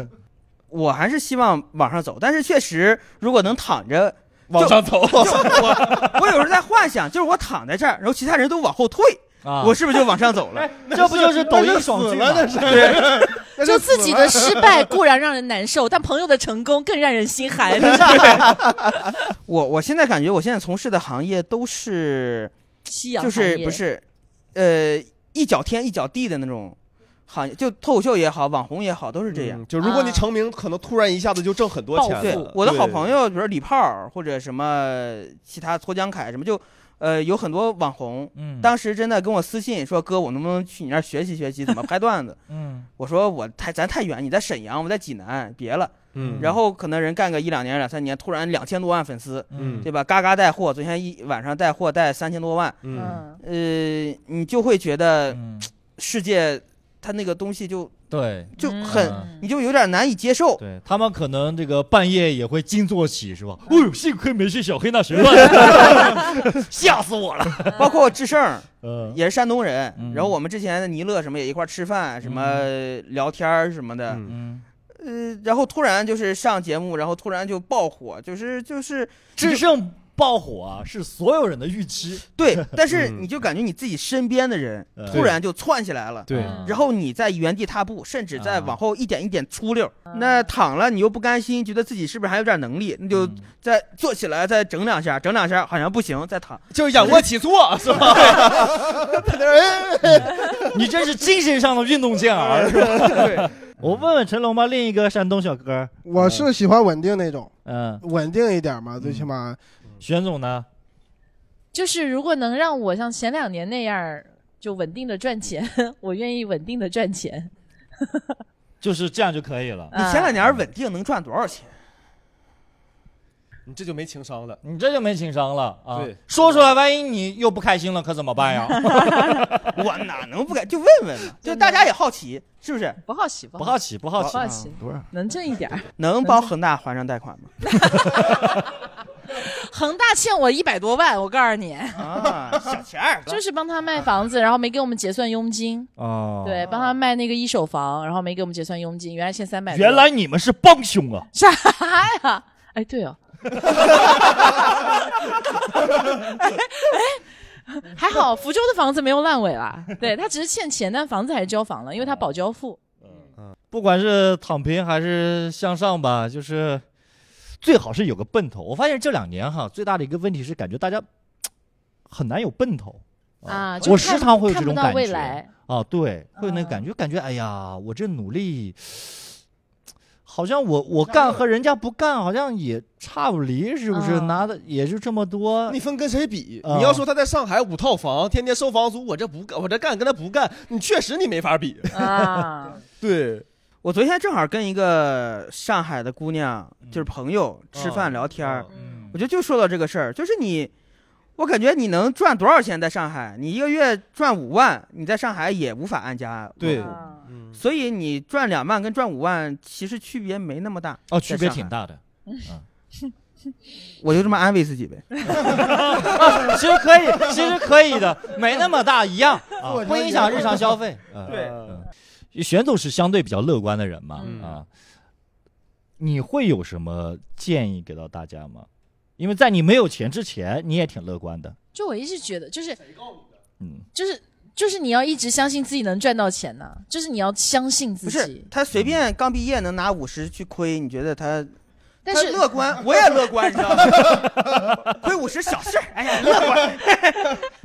Speaker 2: 我还是希望往上走。但是确实，如果能躺
Speaker 4: *laughs*
Speaker 2: 着，
Speaker 1: 往上走，
Speaker 2: 就
Speaker 1: *laughs*
Speaker 2: 我我有时候在幻想，就是我躺在这儿，然后其他人都往后退，
Speaker 4: 啊
Speaker 2: 我是不是就往上走了？
Speaker 4: 这不就是抖音爽剧吗？
Speaker 5: *laughs*
Speaker 3: 就自己的失败固然让人难受，但朋友的成功更让人心寒， *laughs* 你知道吗？
Speaker 2: 我我现在感觉，我现在从事的行业都是。
Speaker 3: 夕阳
Speaker 2: 就是
Speaker 3: 行业
Speaker 2: 不是，呃，一脚天一脚地的那种行业，就脱口秀也好，网红也好，都是这样。
Speaker 1: 嗯就如果你
Speaker 3: 啊
Speaker 1: 成名，可能突然一下子就挣很多
Speaker 3: 暴
Speaker 1: 钱
Speaker 2: 对
Speaker 1: 了。，
Speaker 2: 我的好
Speaker 1: 对
Speaker 2: 朋友，比如说李炮儿或者什么其他脱江凯什么，就呃有很多网红，
Speaker 4: 嗯
Speaker 2: 当时真的跟我私信说哥，我能不能去你那儿学习学习怎么拍段子？
Speaker 4: 嗯
Speaker 2: 我说我太咱太远，你在沈阳，我在济南，别了。
Speaker 1: 嗯
Speaker 2: 然后可能人干个一两年、两三年，突然两千多万粉丝，
Speaker 1: 嗯
Speaker 2: 对吧？嘎嘎带货，昨天一晚上带货带三千多万，
Speaker 1: 嗯
Speaker 3: 嗯
Speaker 2: 呃，你就会觉得。
Speaker 4: 嗯
Speaker 2: 世界他那个东西就
Speaker 4: 对，
Speaker 2: 就很，你就有点难以接受。
Speaker 4: 嗯对他们可能这个半夜也会惊坐起，是吧？哦呦，幸亏没是小黑那谁乱， *laughs* 吓死我了。
Speaker 2: 包括智胜，
Speaker 4: 嗯嗯
Speaker 2: 也是山东人，然后我们之前的尼乐什么也一块儿吃饭，啊什么聊天儿什么的，呃，然后突然就是上节目，然后突然就爆火，就是就是
Speaker 4: 智胜爆火啊，是所有人的预期。 *laughs*
Speaker 2: 对，但是你就感觉你自己身边的人
Speaker 4: 嗯
Speaker 2: 突然就窜起来了，
Speaker 4: 对
Speaker 3: 嗯
Speaker 4: 啊
Speaker 2: 然后你在原地踏步，甚至在往后一点一点出溜，那躺了你又不甘心，觉得自己是不是还有点能力，那就
Speaker 4: 嗯
Speaker 2: 再坐起来再整两下，整两下好像不行，再躺， *laughs*
Speaker 1: 就仰卧起坐是吧？
Speaker 4: 你真是精神上的运动健儿，是吧？ *laughs* 对，我问问陈龙吧，另一个山东小哥，
Speaker 5: 我是喜欢稳定那种，
Speaker 4: 嗯，
Speaker 5: 稳定一点嘛，最起码。
Speaker 4: 玄总呢？
Speaker 3: 就是如果能让我像前两年那样儿就稳定的赚钱， *laughs* 我愿意稳定的赚钱。啊
Speaker 4: 就是这样就可以了。
Speaker 2: 你前
Speaker 3: 嗯
Speaker 2: 两年稳定能赚多少钱？
Speaker 1: *laughs* 你这就没情商了。
Speaker 4: 你这就没情商了啊！
Speaker 1: 对
Speaker 4: 说出来，万一你又不开心了，可怎么办呀？ *laughs*
Speaker 2: 我哪能不敢？就问问嘛，就大家也好奇，是不是？
Speaker 3: 不好奇，不
Speaker 4: 不好奇，不好
Speaker 3: 不
Speaker 4: 奇，
Speaker 3: 好奇，
Speaker 7: 多少？
Speaker 3: 能挣一点儿。
Speaker 2: 能帮恒大还上贷款吗？
Speaker 3: 恒大欠我一百多万，我告诉你，
Speaker 2: *laughs* 啊，小钱儿，
Speaker 3: 就是帮他卖房子，然后没给我们结算佣金。
Speaker 4: 哦，
Speaker 3: 对，帮他卖那个一手房，然后没给我们结算佣金，原来欠三百。
Speaker 4: 原来你们是帮凶啊！
Speaker 3: 啥呀？哎，对哦。哎，哎还好福州的房子没有烂尾啦。对他只是欠钱，但房子还是交房了，因为他保交付。
Speaker 1: 嗯
Speaker 4: 不管是躺平还是向上吧，就是最好是有个奔头。我发现这两年哈，最大的一个问题是感觉大家嘖很难有奔头
Speaker 3: 啊就
Speaker 4: 哦我
Speaker 3: 看
Speaker 4: 时常会有这
Speaker 3: 看不
Speaker 4: 种
Speaker 3: 到
Speaker 4: 感觉，
Speaker 3: 未来
Speaker 4: 啊，对，会有那个感觉，感觉哎呀，我这努力。嘖好像我我干和人家不干，好像也差不离，是不是？
Speaker 3: 啊
Speaker 4: 拿的也就这么多。
Speaker 1: 你分跟谁比？
Speaker 4: 啊
Speaker 1: 你要说他在上海五套房，天天收房租，我这不干，我这干跟他不干，你确实你没法比。
Speaker 3: 啊，
Speaker 1: 对，
Speaker 2: 我昨天正好跟一个上海的姑娘，就是朋友吃饭聊天儿，我觉得就说到这个事儿，就是你，我感觉你能赚多少钱在上海？你一个月赚五万，你在上海也无法安家，
Speaker 4: 对
Speaker 3: 啊
Speaker 2: 所以你赚两万跟赚五万其实区别没那么大。
Speaker 4: 哦，区别
Speaker 2: 在上海
Speaker 4: 挺大的。
Speaker 2: 我就这么安慰自己呗。
Speaker 4: 啊， *laughs* 其实可以，其实可以的，没那么大一样啊，不影响日常消费。对，嗯玄总是相对比较乐观的人嘛啊，你会有什么建议给到大家吗？因为在你没有钱之前，你也挺乐观的。
Speaker 3: 就我一直觉得，就是
Speaker 4: 嗯，
Speaker 3: 就是就是你要一直相信自己能赚到钱呐、就是你要相信自
Speaker 2: 不是
Speaker 3: 己。
Speaker 2: 他随便刚毕业能拿五十去亏，你觉得他？
Speaker 3: 但
Speaker 2: 他
Speaker 3: 是
Speaker 2: 乐 *laughs* 观，我也乐观，你知道吗？亏五十小事儿，哎呀，乐观。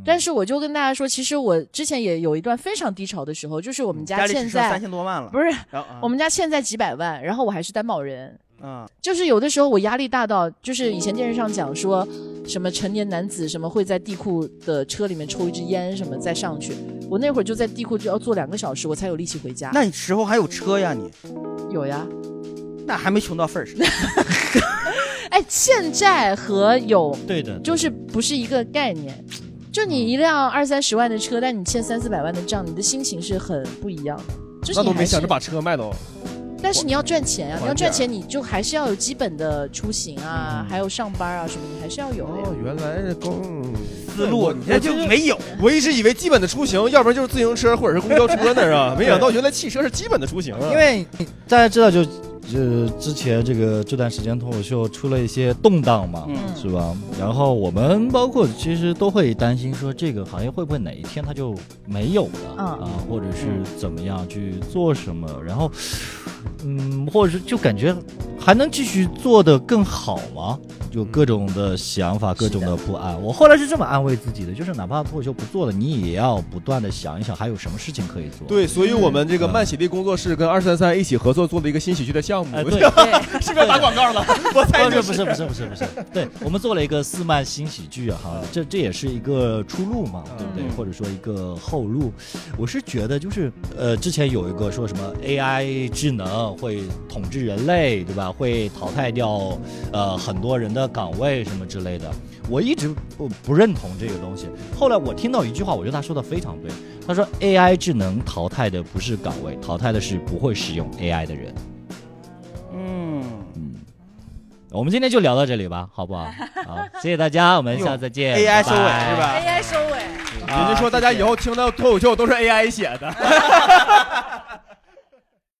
Speaker 3: 但是我就跟大家说，其实我之前也有一段非常低潮的时候，就是我们
Speaker 2: 嗯家里
Speaker 3: 欠
Speaker 2: 只剩三
Speaker 3: 债
Speaker 2: 千多万了，
Speaker 3: 不是
Speaker 2: 然后啊
Speaker 3: 我们家欠债几百万，然后我还是担保人，
Speaker 2: 啊，
Speaker 3: 就是有的时候我压力大到，就是以前电视上讲说，什么成年男子什么会在地库的车里面抽一支烟什么再上去，我那会儿就在地库就要坐两个小时，我才有力气回家。
Speaker 2: 那你时候还有车呀你？
Speaker 3: 有呀，
Speaker 2: 那还没穷到 *laughs* 份儿上。
Speaker 3: 哎，欠债和有
Speaker 4: 对的，
Speaker 3: 就是不是一个概念。就你
Speaker 2: 嗯
Speaker 3: 一辆二三十万的车，但你欠三四百万的账，你的心情是很不一样的。就是
Speaker 1: 那
Speaker 3: 你
Speaker 1: 都
Speaker 3: 还
Speaker 1: 没
Speaker 3: 是
Speaker 1: 想着，把车卖了。
Speaker 3: 但是你要赚钱啊！你要
Speaker 1: 点
Speaker 3: 赚
Speaker 1: 儿
Speaker 3: 钱，你就还是要有基本的出行啊，还有上班啊什么，你还是要有的呀。
Speaker 1: 哦，原来是公
Speaker 2: 思路你这就没有。
Speaker 1: 我一直以为基本的出行，要不然就是自行车或者是公交车那儿啊，没想到原来汽车是基本的出行啊。
Speaker 4: 因为大家知道就，呃，之前这个这段时间脱口秀出了一些动荡嘛，
Speaker 2: 嗯
Speaker 4: 是吧？然后我们包括其实都会担心说，这个行业会不会哪一天它就没有了、
Speaker 3: 嗯
Speaker 4: 啊，或者是怎么样去做什么？然后，嗯，或者是就感觉还能继续做得更好吗？就各种的想法，各种的不安。我后来是这么安慰自己的，就是哪怕脱口秀不做了，你也要不断的想一想，还有什么事情可以做。
Speaker 1: 对，所以我们这个慢喜力工作室跟二三三一起合作做了一个新喜剧的项目 *laughs*
Speaker 4: *laughs* 哎，对
Speaker 1: 是不是要打广告了？我猜就
Speaker 4: 哦
Speaker 1: 是。
Speaker 4: 不是不是不是不是不是，对我们做了一个四漫新喜剧啊
Speaker 1: 嗯
Speaker 4: 哈，这这也是一个出路嘛，对不对？
Speaker 2: 嗯
Speaker 4: 或者说一个后路，我是觉得就是呃，之前有一个说什么 AI 智能会统治人类，对吧？会淘汰掉呃很多人的岗位什么之类的，我一直不不认同这个东西。后来我听到一句话，我觉得他说的非常对，他说 AI 智能淘汰的不是岗位，淘汰的是不会使用 AI 的人。
Speaker 2: 嗯，
Speaker 4: 我们今天就聊到这里吧，好不好？好，谢谢大家，我
Speaker 2: 哎
Speaker 4: 们下次再
Speaker 2: 用
Speaker 4: 见。
Speaker 2: AI
Speaker 4: 拜拜
Speaker 2: 收尾是吧啊
Speaker 3: ？AI 哎收尾。
Speaker 1: 人家说大家以后听到脱口秀都是 AI 写的。